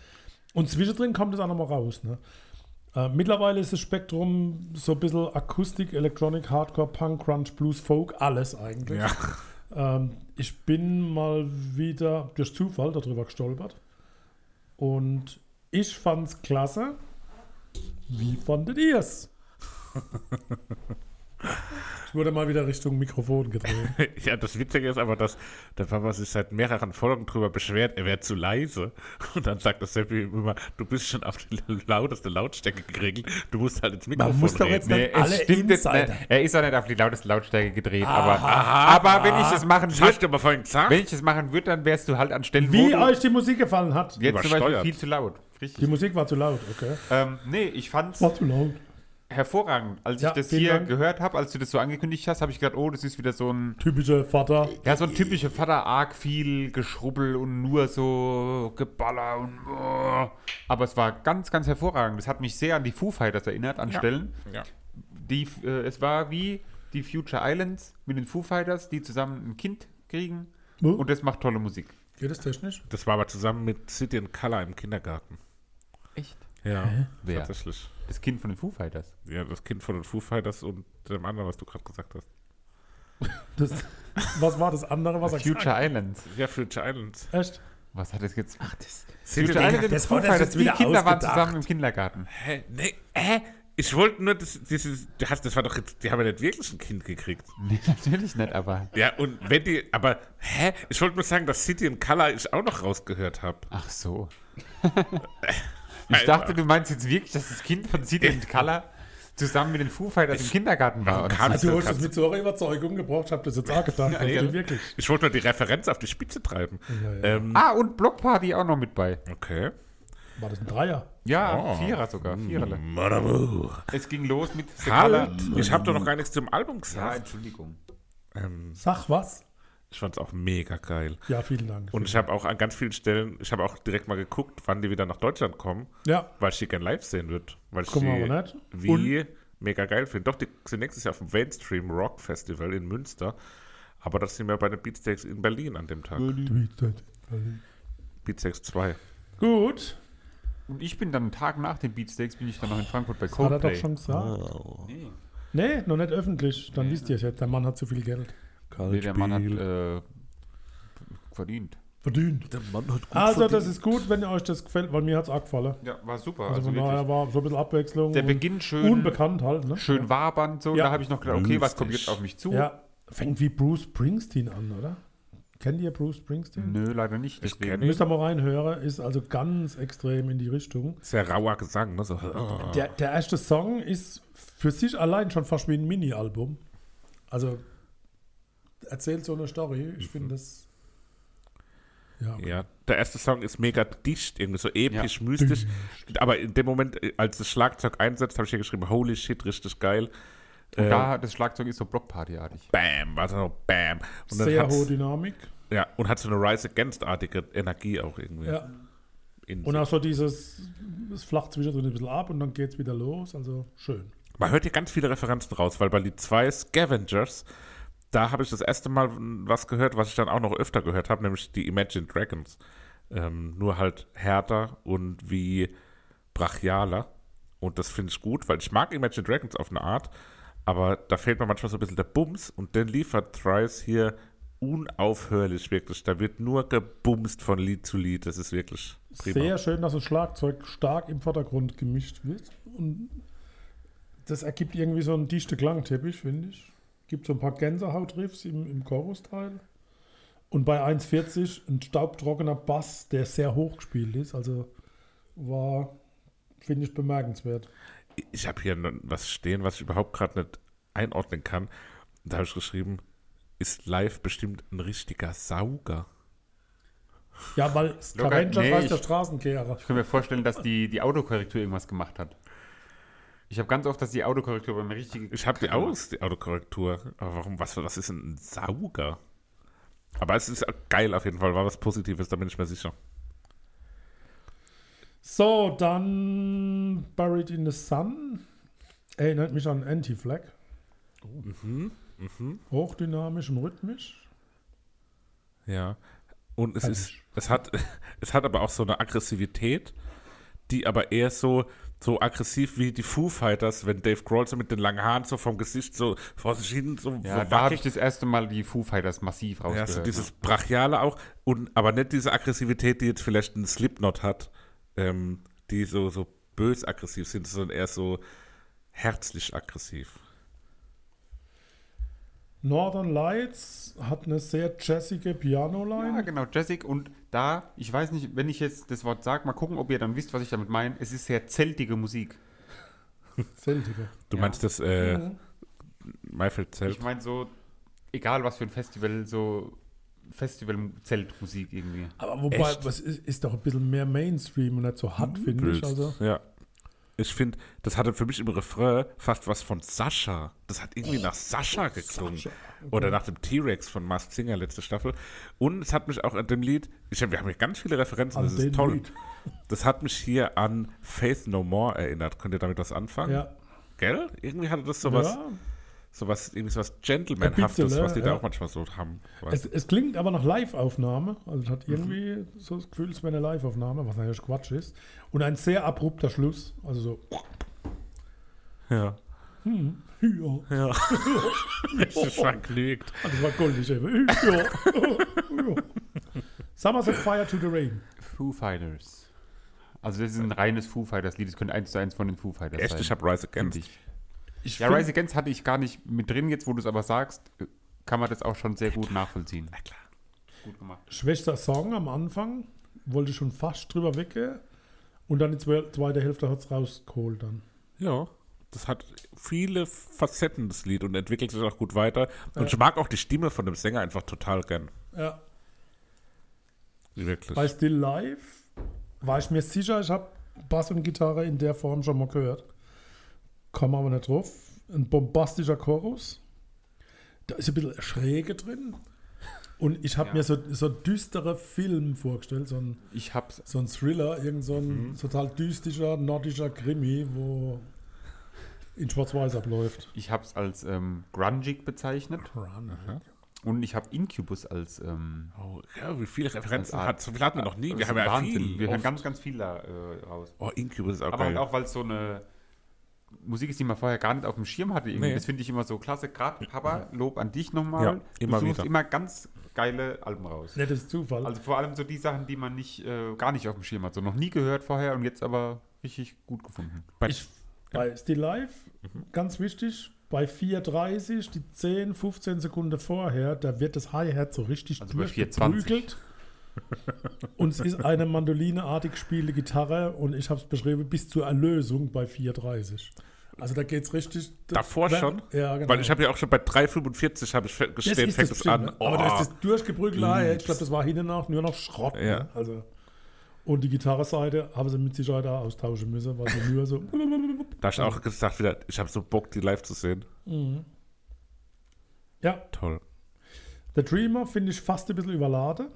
S2: Und zwischendrin kommt es auch nochmal raus. Ne? Äh, mittlerweile ist das Spektrum so ein bisschen Akustik, Electronic, Hardcore, Punk, Crunch, Blues, Folk, alles eigentlich.
S1: Ja.
S2: Ähm, ich bin mal wieder durch Zufall darüber gestolpert. Und ich fand's klasse. Wie fandet ihr's? ich wurde mal wieder Richtung Mikrofon gedreht.
S1: Ja, das Witzige ist aber, dass der Papa sich seit mehreren Folgen drüber beschwert, er wäre zu leise. Und dann sagt das Seppi immer, du bist schon auf die lauteste Lautstärke geregelt, du musst halt ins Mikrofon
S2: muss doch
S1: reden.
S2: jetzt- Dann alle
S3: jetzt
S2: Insider.
S3: nicht. Er ist ja nicht auf die lauteste Lautstärke gedreht, aber, aber wenn ich das machen
S1: Das
S3: würde,
S1: hast du aber vorhin gesagt.
S3: wenn ich das machen würde, dann wärst du halt an Stellen, wo
S2: Wie
S3: du
S2: euch die Musik gefallen hat.
S3: jetzt zum Beispiel
S1: übersteuert.
S3: viel zu laut. Richtig.
S2: Die Musik war zu laut, okay.
S3: Ähm, nee, ich fand's
S2: War zu laut.
S3: hervorragend. Als
S2: Ja,
S3: ich das
S2: vielen
S3: hier
S2: Dank.
S3: gehört habe, als du das so angekündigt hast, habe ich gedacht, oh, das ist wieder so ein,
S2: Typischer Vater.
S3: ja, so ein typischer Vater, arg viel Geschrubbel und nur so Geballer und oh. Aber es war ganz, ganz hervorragend. Das hat mich sehr an die Foo Fighters erinnert, an Stellen.
S1: Ja.
S3: die, äh, es war wie die Future Islands mit den Foo Fighters, die zusammen ein Kind kriegen.
S2: Wo?
S3: Und das macht tolle Musik.
S2: Geht das technisch?
S1: Das war aber zusammen mit City and Color im Kindergarten.
S3: Echt?
S1: Ja,
S3: Wer?
S1: tatsächlich.
S3: Das Kind von den Foo Fighters.
S1: Ja, das Kind von den Foo Fighters und dem anderen, was du gerade gesagt hast.
S2: Das, was war das andere, was er gesagt
S3: Future Islands.
S1: Ja, Future Islands.
S2: hat? Echt?
S3: Was hat das jetzt? Ach,
S1: City
S3: Future
S1: and
S3: Islands und
S2: das
S3: Foo
S2: wurde jetzt
S3: Fighters. Die
S2: wieder
S3: Kinder waren
S2: ausgedacht.
S3: zusammen im Kindergarten.
S1: Hä? Nee, hä? Ich wollte nur, das, dieses, du hast- das war doch jetzt, die haben ja nicht wirklich ein Kind gekriegt.
S3: Nee, natürlich nicht, aber.
S1: Ja, und wenn die, aber, hä? Ich wollte nur sagen, dass City in Color ich auch noch rausgehört habe.
S3: Ach so. ich dachte, du meinst jetzt wirklich, dass das Kind von City and Color zusammen mit den Foo Fighters im Kindergarten war. oder
S1: kam
S3: so.
S1: ich,
S2: Du hast es
S1: das-
S2: mit so einer Überzeugung gebraucht, ich hab das jetzt auch gedacht.
S1: nee.
S2: Ja, wirklich.
S1: ich wollte nur die Referenz auf die Spitze treiben.
S2: Ja, ja.
S1: Ähm,
S3: Ah, und Blockparty auch noch mit bei.
S1: okay.
S2: War das ein Dreier?
S3: Ja,
S1: Oh.
S3: Vierer sogar. Viererle.
S1: Madamu.
S3: Es ging los mit The Colour.
S1: Halt, ich habe doch noch gar nichts zum Album
S3: Ja,
S1: gesagt.
S3: Entschuldigung.
S1: Ähm,
S2: Sag was?
S1: ich fand's auch mega geil.
S2: Ja, vielen Dank.
S1: Und ich habe auch an ganz vielen Stellen, ich habe auch direkt mal geguckt, wann die wieder nach Deutschland kommen,
S2: ja,
S1: weil ich die gern live sehen wird. Weil ich
S2: Gucken wir
S1: die
S2: aber nicht.
S1: Wie mega geil finde. Doch, die sind nächstes Jahr auf dem Mainstream Rock Festival in Münster. Aber das sind wir bei den Beatsteaks in Berlin an dem Tag. Beatsteaks 2.
S2: gut.
S3: Und ich bin dann einen Tag nach den Beatsteaks, bin ich dann noch in Frankfurt bei
S2: Hat er doch
S3: Coldplay.
S2: schon gesagt. Nee, noch nicht öffentlich. Dann wisst ihr es jetzt. Der Mann hat zu viel Geld.
S3: Nee, der Mann hat äh, verdient.
S2: Verdient. Also, das ist gut, wenn euch das gefällt, weil mir hat es auch gefallen.
S3: Ja, war super.
S2: Also,
S3: Also,
S2: von daher
S3: wirklich.
S2: war so ein bisschen Abwechslung.
S3: Der
S2: und
S3: Beginn schön,
S2: Unbekannt halt, ne?
S3: schön wabernd so.
S2: Ja.
S3: Da habe ich noch gedacht, okay, was kommt
S1: Lustig.
S3: jetzt auf mich zu?
S2: Ja. Fängt wie Bruce Springsteen an, oder? Kennt ihr Bruce Springsteen?
S3: Nö, leider nicht.
S1: Ich
S3: Deswegen.
S1: kenne ihn.
S2: Müsst ihr mal reinhören, ist also ganz extrem in die Richtung.
S1: Sehr rauer Gesang, ne? So, oh.
S2: Der, der erste Song ist für sich allein schon fast wie ein Mini-Album. Also erzählt so eine Story. Ich finde das. Mhm. Ja.
S1: Ja, der erste Song ist mega dicht, irgendwie so episch, mystisch. Aber in dem Moment, äh, als das Schlagzeug einsetzt, habe ich hier geschrieben, holy shit, richtig geil.
S3: Und da, das Schlagzeug ist so Blockpartyartig.
S1: Bam, warte noch, bam. Und dann
S2: Sehr
S1: hat's-
S2: hohe Dynamik.
S1: Ja, und hat so eine Rise Against-artige Energie auch irgendwie.
S2: Ja.
S1: In
S2: Und
S1: sich.
S2: auch so dieses, es flacht zwischendrin ein bisschen ab und dann geht's wieder los. Also schön.
S1: Man hört hier ganz viele Referenzen raus, weil bei Lied 2 Scavengers da habe ich das erste Mal was gehört, was ich dann auch noch öfter gehört habe, nämlich die Imagine Dragons. Ähm, nur halt härter und wie brachialer. Und das finde ich gut, weil ich mag Imagine Dragons auf eine Art, aber da fehlt mir manchmal so ein bisschen der Bums und den liefert Thrice hier unaufhörlich wirklich. Da wird nur gebumst von Lied zu Lied. Das ist wirklich prima.
S2: Sehr schön, dass das Schlagzeug stark im Vordergrund gemischt wird. Und das ergibt irgendwie so einen dichten Klangteppich, finde ich. Gibt so ein paar Gänsehautriffs im, im Chorusteil. Und bei 1,40 ein staubtrockener Bass, der sehr hoch gespielt ist. Also war, finde ich, bemerkenswert.
S1: Ich habe hier ne, was stehen, was ich überhaupt gerade nicht einordnen kann. Da habe ich geschrieben, ist live bestimmt ein richtiger Sauger.
S2: Ja, weil
S3: Locker-
S2: Scavengers
S3: nee,
S2: heißt der
S3: ich-
S2: Straßenkehrer.
S3: Ich kann mir vorstellen, dass die, die Autokorrektur irgendwas gemacht hat. Ich habe ganz oft, dass die Autokorrektur beim richtigen.
S1: Ich habe die aus, die Autokorrektur. Aber warum, was, was ist denn ein Sauger? Aber es ist geil auf jeden Fall, war was Positives, da bin ich mir sicher.
S2: So, dann Buried in the Sun. Erinnert mich an Anti-Flag.
S1: Mhm,
S2: Hochdynamisch und rhythmisch.
S1: Ja. Und es
S2: Kann
S1: ist,
S2: ich.
S1: es hat, es hat aber auch so eine Aggressivität, die aber eher so, so aggressiv wie die Foo Fighters, wenn Dave Grohl so mit den langen Haaren so vom Gesicht so vor sich hin so,
S3: Ja,
S1: so
S3: da habe
S1: wackelt.
S3: ich das erste Mal die Foo Fighters massiv
S1: Ja,
S3: rausgehört. ne?
S1: so dieses Brachiale auch, und, aber nicht diese Aggressivität, die jetzt vielleicht ein Slipknot hat, ähm, die so, so bös aggressiv sind, sondern eher so herzlich aggressiv.
S2: Northern Lights hat eine sehr jazzige Piano-Line.
S3: Ja, genau, Jessic. Und da, ich weiß nicht, wenn ich jetzt das Wort sage, mal gucken, ob ihr dann wisst, was ich damit meine. Es ist sehr zeltige Musik.
S2: Zeltige.
S1: Du
S3: Ja.
S1: meinst das äh,
S2: Mhm.
S1: Maifeld-Zelt?
S3: Ich meine so, egal was für ein Festival, so Festival-Zeltmusik irgendwie.
S2: Aber wobei,
S1: Echt? Mhm.
S2: was ist, ist doch ein bisschen mehr Mainstream und nicht so hart, finde ich.
S1: Blöd.
S2: Also.
S1: Ja. Ich finde, das hatte für mich im Refrain fast was von Sascha. Das hat irgendwie nach Sascha geklungen.
S2: Oh, Sascha.
S1: Oder nach dem T-Rex von Mask Singer letzte Staffel. Und es hat mich auch an dem Lied, ich hab, wir haben hier ganz viele Referenzen,
S2: An
S1: das ist
S2: dem
S1: toll.
S2: Lied.
S1: Das hat mich hier an Faith No More erinnert. Könnt ihr damit was anfangen?
S2: Ja.
S1: Gell? Irgendwie hatte das sowas,
S2: ja.
S1: sowas, irgendwie sowas Gentlemanhaftes,
S2: Ein bisschen,
S1: was die da
S2: ja.
S1: auch manchmal so haben.
S2: Es, es klingt aber nach Live-Aufnahme. Also es hat
S1: Mhm.
S2: irgendwie so das Gefühl, es wäre eine Live-Aufnahme, was natürlich Quatsch ist. Und ein sehr abrupter Schluss. Also so.
S1: ja.
S2: Oh. Ja.
S1: Ja. ich bin vergnügt.
S2: Ah, Das war goldig eben. Ja. ja. Summer Set Fire to the Rain.
S3: Foo Fighters. Also das ist ein reines Foo Fighters-Lied. Das könnte eins zu eins von den Foo Fighters
S1: Echt,
S3: sein.
S1: ich habe Rise Against.
S3: Find ich. Ja,
S2: find-
S3: Rise Against hatte ich gar nicht mit drin. Jetzt, wo du es aber sagst, kann man das auch schon sehr gut nachvollziehen.
S1: Na klar.
S3: Gut gemacht.
S2: Schwächster Song am Anfang. Wollte ich schon fast drüber weggehen. Und dann die zwe- zweite Hälfte hat es rausgeholt dann.
S1: Ja, das hat viele Facetten, das Lied, und entwickelt sich auch gut weiter. Und ich mag auch die Stimme von dem Sänger einfach total gern.
S2: Ja.
S1: Wirklich.
S2: Bei Still Live war ich mir sicher, ich habe Bass und Gitarre in der Form schon mal gehört. Kam aber nicht drauf. Ein bombastischer Chorus. Da ist ein bisschen Schräge drin. Und ich habe
S3: Ja.
S2: mir so, so düstere Film vorgestellt, so ein
S3: Ich hab's.
S2: so ein Thriller, irgend so ein
S1: Mhm.
S2: total düstischer, nordischer Krimi, wo in Schwarz-Weiß abläuft.
S3: Ich hab's als ähm, grungig bezeichnet und ich habe Incubus als ähm,
S1: Oh, ja, wie viele Referenzen
S3: Als Art-
S1: hat. So viel hatten wir noch nie. Wir
S3: Das
S1: haben
S3: ist
S1: ja
S3: Wahnsinn.
S1: viel.
S3: Wir hören
S1: oft.
S3: ganz, ganz viel da äh, raus.
S1: oh, Incubus ist auch
S3: Aber
S1: geil.
S3: halt auch, weil es so eine Musik ist, die man vorher gar nicht auf dem Schirm hatte. Irgendwie.
S1: Nee.
S3: Das finde ich immer so klasse. Gerade, Papa, Lob an dich nochmal.
S1: Ja, immer
S3: du suchst
S1: wieder.
S3: immer ganz geile Alben raus.
S2: Nettes Zufall.
S3: Also vor allem so die Sachen, die man nicht, äh, gar nicht auf dem Schirm hat. So noch nie gehört vorher und jetzt aber richtig gut gefunden.
S1: Bei-
S2: ich, bei Still Live,
S1: Mhm.
S2: ganz wichtig, bei 4.30, die 10, 15 Sekunden vorher, da wird das Hi-Hat so richtig
S3: Also bei
S2: durchgeprügelt. und es ist eine mandolineartig spielende Gitarre und ich habe es beschrieben, bis zur Erlösung bei 4.30. Also da geht es richtig...
S1: Davor schon?
S2: Ja, genau.
S1: Weil ich habe ja auch schon bei 3,45 habe ich fe-
S2: Das
S1: gestellt,
S2: ist
S1: fängt
S2: das
S1: es an.
S2: Bestimmt, ne? Aber da
S1: Oh.
S2: ist das durchgeprügelt. ah, ja, Ich
S1: Lieb's.
S2: glaube, das war hinten nach nur noch Schrott. ne?
S1: Ja.
S2: Also. Und die Gitarreseite haben sie mit Sicherheit auch austauschen müssen, weil sie nur so.
S1: Da habe ich auch gesagt, wieder, ich habe so Bock, die live zu sehen.
S2: Ja,
S1: Toll.
S2: der Dreamer finde ich fast ein bisschen überladen,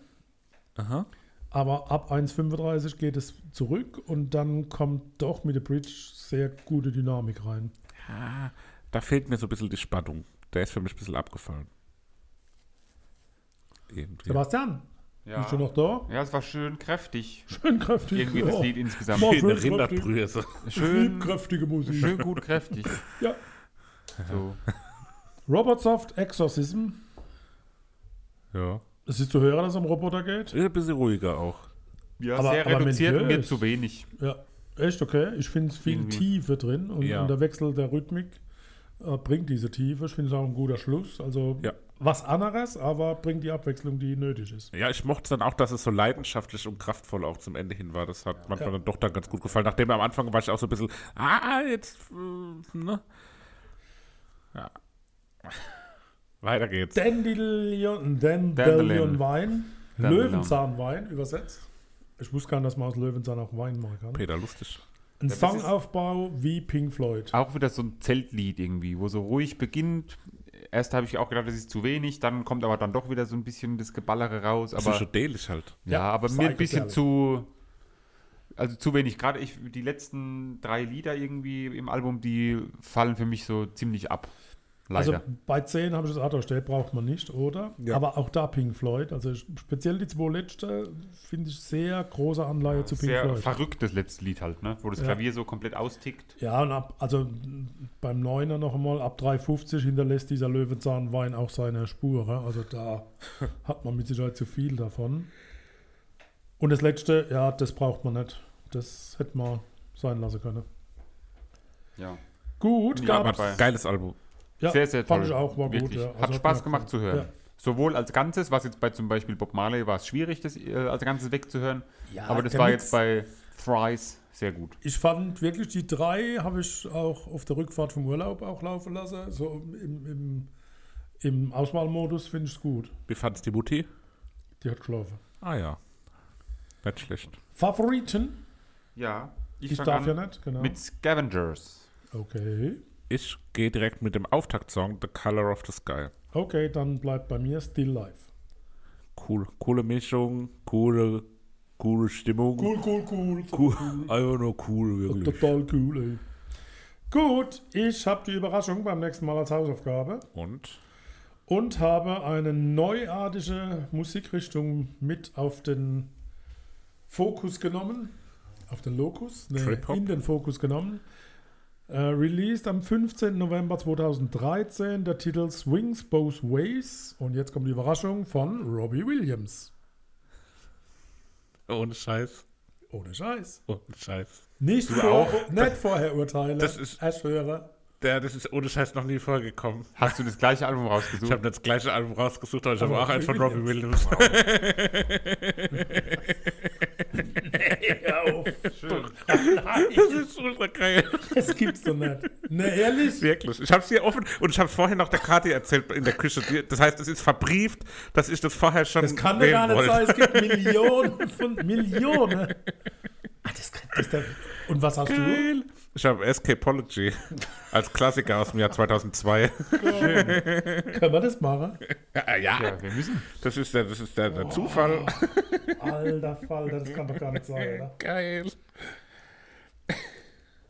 S1: Aha.
S2: aber ab 1,35 geht es zurück und dann kommt doch mit der Bridge sehr gute Dynamik rein.
S1: Da fehlt mir so ein bisschen die Spannung. Der ist für mich ein bisschen abgefallen. Eben, ja.
S2: Sebastian,
S3: Ja.
S2: bist du noch da?
S3: Ja, es war schön kräftig.
S2: Schön kräftig. Oh.
S3: Irgendwie das
S2: ja.
S3: Lied insgesamt.
S2: Schön
S1: Eine Rinderbrühe. So.
S3: Schön,
S2: kräftige Musik.
S3: schön gut kräftig.
S2: Ja.
S3: So.
S2: Robotsoft Exorcism.
S1: Ja.
S2: Es ist zu hören, dass es um Roboter geht.
S1: Ist ein bisschen ruhiger auch.
S3: Ja,
S2: Aber-
S3: sehr
S2: aber
S3: reduziert und mir
S2: Mendes.
S3: zu wenig.
S2: Ja, echt okay. Ich finde es viel
S3: Irgendwie.
S2: Tiefe drin und,
S1: Ja.
S2: und der Wechsel der Rhythmik äh, bringt diese Tiefe. Ich finde es auch ein guter Schluss. Also
S1: Ja.
S2: was anderes, aber bringt die Abwechslung, die nötig ist.
S1: Ja, ich mochte dann auch, dass es so leidenschaftlich und kraftvoll auch zum Ende hin war. Das hat manchmal dann doch dann ganz gut gefallen. Nachdem am Anfang war ich auch so ein bisschen, ah, jetzt, äh, ne? Ja. Weiter geht's.
S2: Dandelion,
S3: Dandelion.
S2: Dandelion Wein.
S3: Dandelion.
S2: Löwenzahnwein übersetzt. Ich wusste gar nicht, dass man aus Löwenzahn auch Wein machen kann.
S1: Peter, lustig.
S2: Ein
S3: das ist- Ah,
S2: Songaufbau wie Pink Floyd.
S3: Auch wieder so ein Zeltlied irgendwie, wo so ruhig beginnt. Erst habe ich auch gedacht, das ist zu wenig, dann kommt aber dann doch wieder so ein bisschen das Geballere raus. Aber
S1: Psychedelisch halt.
S3: Ja,
S2: Ja,
S3: aber mir ein bisschen
S2: Psychedelic.
S3: zu. Also zu wenig. Gerade ich, die letzten drei Lieder irgendwie im Album, die fallen für mich so ziemlich ab.
S2: Also
S3: Leider.
S2: bei 10 habe ich das Auto gestellt, braucht man nicht, oder?
S1: Ja.
S2: Aber auch da Pink Floyd. Also ich- speziell die zwei letzten finde ich sehr große Anleihe zu Pink
S3: Sehr
S2: Floyd.
S3: verrückt das letzte Lied halt, ne? Wo das
S2: Ja.
S3: Klavier so komplett austickt.
S2: Ja, und ab, also m, beim Neuner noch einmal, ab 3,50 hinterlässt dieser Löwenzahnwein auch seine Spur. ja. Also da hat man mit Sicherheit zu viel davon. Und das letzte, ja, das braucht man nicht. Das hätte man sein lassen können.
S3: Ja.
S2: Gut,
S3: Ja,
S2: gab's.
S3: aber-
S1: Geiles Album.
S2: Ja,
S3: sehr, sehr toll.
S2: Fand ich auch, war
S3: Wirklich.
S2: gut. Ja.
S3: Hat
S2: Also
S3: Spaß
S2: mir
S3: gemacht zu
S2: gefallen.
S3: hören. Sowohl als Ganzes, was jetzt bei zum Beispiel Bob Marley war es schwierig, das äh, als Ganzes wegzuhören.
S2: Ja.
S3: aber das
S2: der
S3: war
S2: Mix-
S3: jetzt bei Thrice sehr gut.
S2: Ich fand wirklich, die drei habe ich auch auf der Rückfahrt vom Urlaub auch laufen lassen. So im, im, im Auswahlmodus finde ich es gut.
S1: Wie fand's die Mutti?
S2: Die hat gelaufen.
S1: Ah ja. Nicht schlecht.
S2: Favoriten?
S3: Ja. Ich,
S2: Ich
S3: fang
S2: darf
S3: an
S2: ja nicht, genau.
S3: mit Scavengers.
S2: Okay.
S1: Ich gehe direkt mit dem Auftaktsong The Color of the Sky.
S2: Okay, dann bleibt bei mir Still Life.
S1: Cool. Coole Mischung, coole, coole Stimmung.
S2: Cool, cool, cool.
S1: cool. Einfach nur cool, wirklich.
S2: Total cool, ey. Gut, ich habe die Überraschung beim nächsten Mal als Hausaufgabe
S1: Und?
S2: und habe eine neuartige Musikrichtung mit auf den Fokus genommen. Auf den Lokus? Nee,
S1: Trip-Hop?
S2: in den Fokus genommen. Äh, released am 15. November 2013 der Titel Swings Both Ways. Und jetzt kommt die Überraschung von Robbie Williams.
S1: Ohne Scheiß.
S2: Ohne Scheiß.
S1: Ohne Scheiß.
S2: Nicht, vor, nicht vorher urteilen.
S1: Das ist-
S2: Erst höre.
S1: Der, das ist ohne Scheiß noch nie vorgekommen.
S3: Hast du das gleiche Album rausgesucht?
S1: Ich habe das gleiche Album rausgesucht, aber ich habe
S2: Aber
S1: auch eins von
S2: Robbie
S1: Robbie Williams.
S2: Ja, auf.
S1: Das ist ultra geil.
S2: Das gibt's doch nicht. Ne, ehrlich?
S1: Wirklich. Ich habe es hier offen und ich habe vorhin noch der Kathi erzählt in der Küche. Die- Das heißt, es ist verbrieft, dass ich das vorher schon.
S2: Das kann doch
S1: wählen
S2: gar nicht
S1: wollte.
S2: sein. Es gibt Millionen von Millionen. Ah, das kann, das da, und was hast du?
S1: Geil. Ich habe Escapology als Klassiker aus dem Jahr 2002.
S2: Können wir das machen?
S1: Ja, äh, ja. Oh.
S3: ja, wir müssen.
S1: Das ist der, das ist der, der Zufall.
S2: Alter Falter, das kann doch gar nicht sein, oder?
S1: Geil.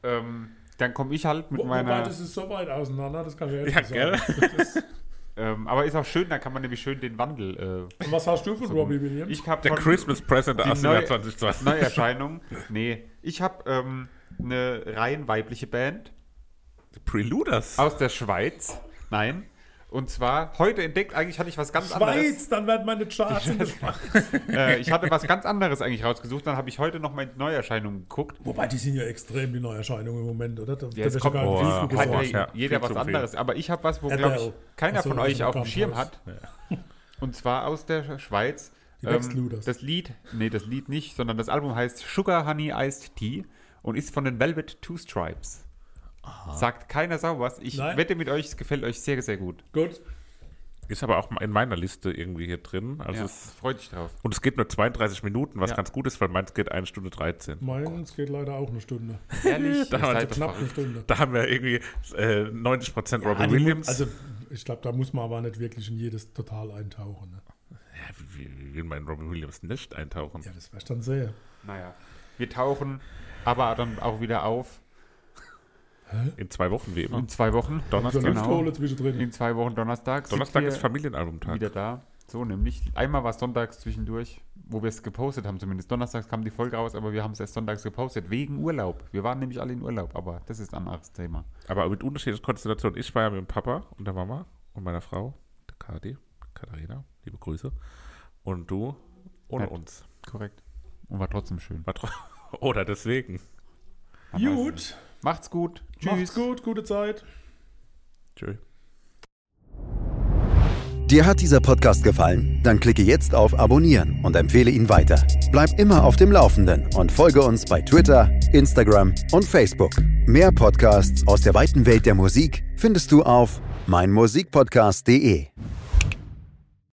S3: Ähm, dann komme ich halt mit
S2: Wo- Wobei,
S3: meiner.
S2: das ist so weit auseinander, das kann ich ehrlich
S1: Ja,
S2: nicht
S1: gell?
S2: sagen.
S3: Ähm, aber ist auch schön, da kann man nämlich schön den Wandel. Äh,
S2: Und was hast du von Robbie Williams?
S3: ich habe
S1: Der Christmas Present aus dem
S3: neue-
S1: Jahr 2020.
S3: Neuerscheinung. nee, ich habe ähm, eine rein weibliche Band
S1: Preluders.
S3: aus der Schweiz. Nein. Und zwar heute entdeckt, eigentlich hatte ich was ganz anderes.
S2: Schweiz, dann werden meine Charts in der Schweiz.
S3: Äh, ich hatte was ganz anderes eigentlich rausgesucht, dann habe ich heute noch meine Neuerscheinungen geguckt.
S2: Wobei, die sind ja extrem die Neuerscheinungen im Moment, oder? Da, da
S3: Jetzt
S2: wird
S3: kommt
S2: gar nicht
S1: Boah.
S2: viel für
S3: hat
S1: Boah,
S3: ja
S2: gesorgt.
S1: ja,
S3: jeder
S1: viel
S3: was
S1: zu viel.
S3: anderes. Aber ich habe was, wo, glaube ich,
S2: Adele.
S3: keiner
S2: Ach so,
S3: von
S2: das
S3: euch auf dem
S2: kommt
S3: Schirm
S2: raus.
S3: hat. Und zwar aus der Schweiz. ähm,
S2: Die Next Luders.
S3: das Lied, nee, das Lied nicht, sondern das Album heißt Sugar Honey Iced Tea und ist von den Velvet Two Stripes. Sagt keiner Sau was. Ich
S2: Nein.
S3: wette mit euch, es gefällt euch sehr, sehr gut.
S2: Gut.
S1: Ist aber auch in meiner Liste irgendwie hier drin. Also
S3: Ja,
S1: es,
S3: freut dich drauf.
S1: und es geht nur 32 Minuten, was
S3: Ja.
S1: ganz gut ist, weil meins geht 1 Stunde 13.
S2: Meins geht leider auch eine Stunde. Also
S3: Ehrlich,
S1: Da
S3: ihr
S1: war
S3: seid
S1: die
S3: doch
S2: Knapp eine
S3: verrückt.
S2: Stunde.
S1: Da haben wir irgendwie äh, 90% Robbie
S2: Ah, die mu-
S1: Williams.
S2: Also, ich glaube, da muss man aber nicht wirklich in jedes total eintauchen. Ne?
S1: ja, wie, wie will man in Robbie Williams nicht eintauchen?
S2: Ja, das wäre dann sehr.
S3: Naja, wir tauchen aber dann auch wieder auf ne?
S1: In zwei Wochen wie immer.
S3: in zwei Wochen.
S2: So
S1: Donnerstag.
S2: eine
S3: Genau.
S2: Luftkohle Also zwischendrin.
S3: In zwei Wochen Donnerstag. sind
S1: Donnerstag
S3: wir
S1: ist Familienalbumtag.
S3: wieder da. So nämlich, einmal war es sonntags zwischendurch, wo wir es gepostet haben zumindest. Donnerstags kam die Folge raus, aber wir haben es erst sonntags gepostet, wegen Urlaub. Wir waren nämlich alle in Urlaub, aber das ist ein anderes Thema.
S1: Aber mit unterschiedlichen Konstellationen. Ich war ja mit dem Papa und der Mama und meiner Frau, der Kadi, Katharina, liebe Grüße. Und du ohne
S3: Ja.
S1: uns.
S3: Korrekt. Und war trotzdem schön.
S1: War tro- Oder deswegen.
S2: Gut,
S3: Macht's gut. Tschüss.
S2: macht's gut, gute Zeit.
S1: Tschüss.
S4: Dir hat dieser Podcast gefallen? Dann klicke jetzt auf Abonnieren und empfehle ihn weiter. Bleib immer auf dem Laufenden und folge uns bei Twitter, Instagram und Facebook. Mehr Podcasts aus der weiten Welt der Musik findest du auf meinmusikpodcast.de.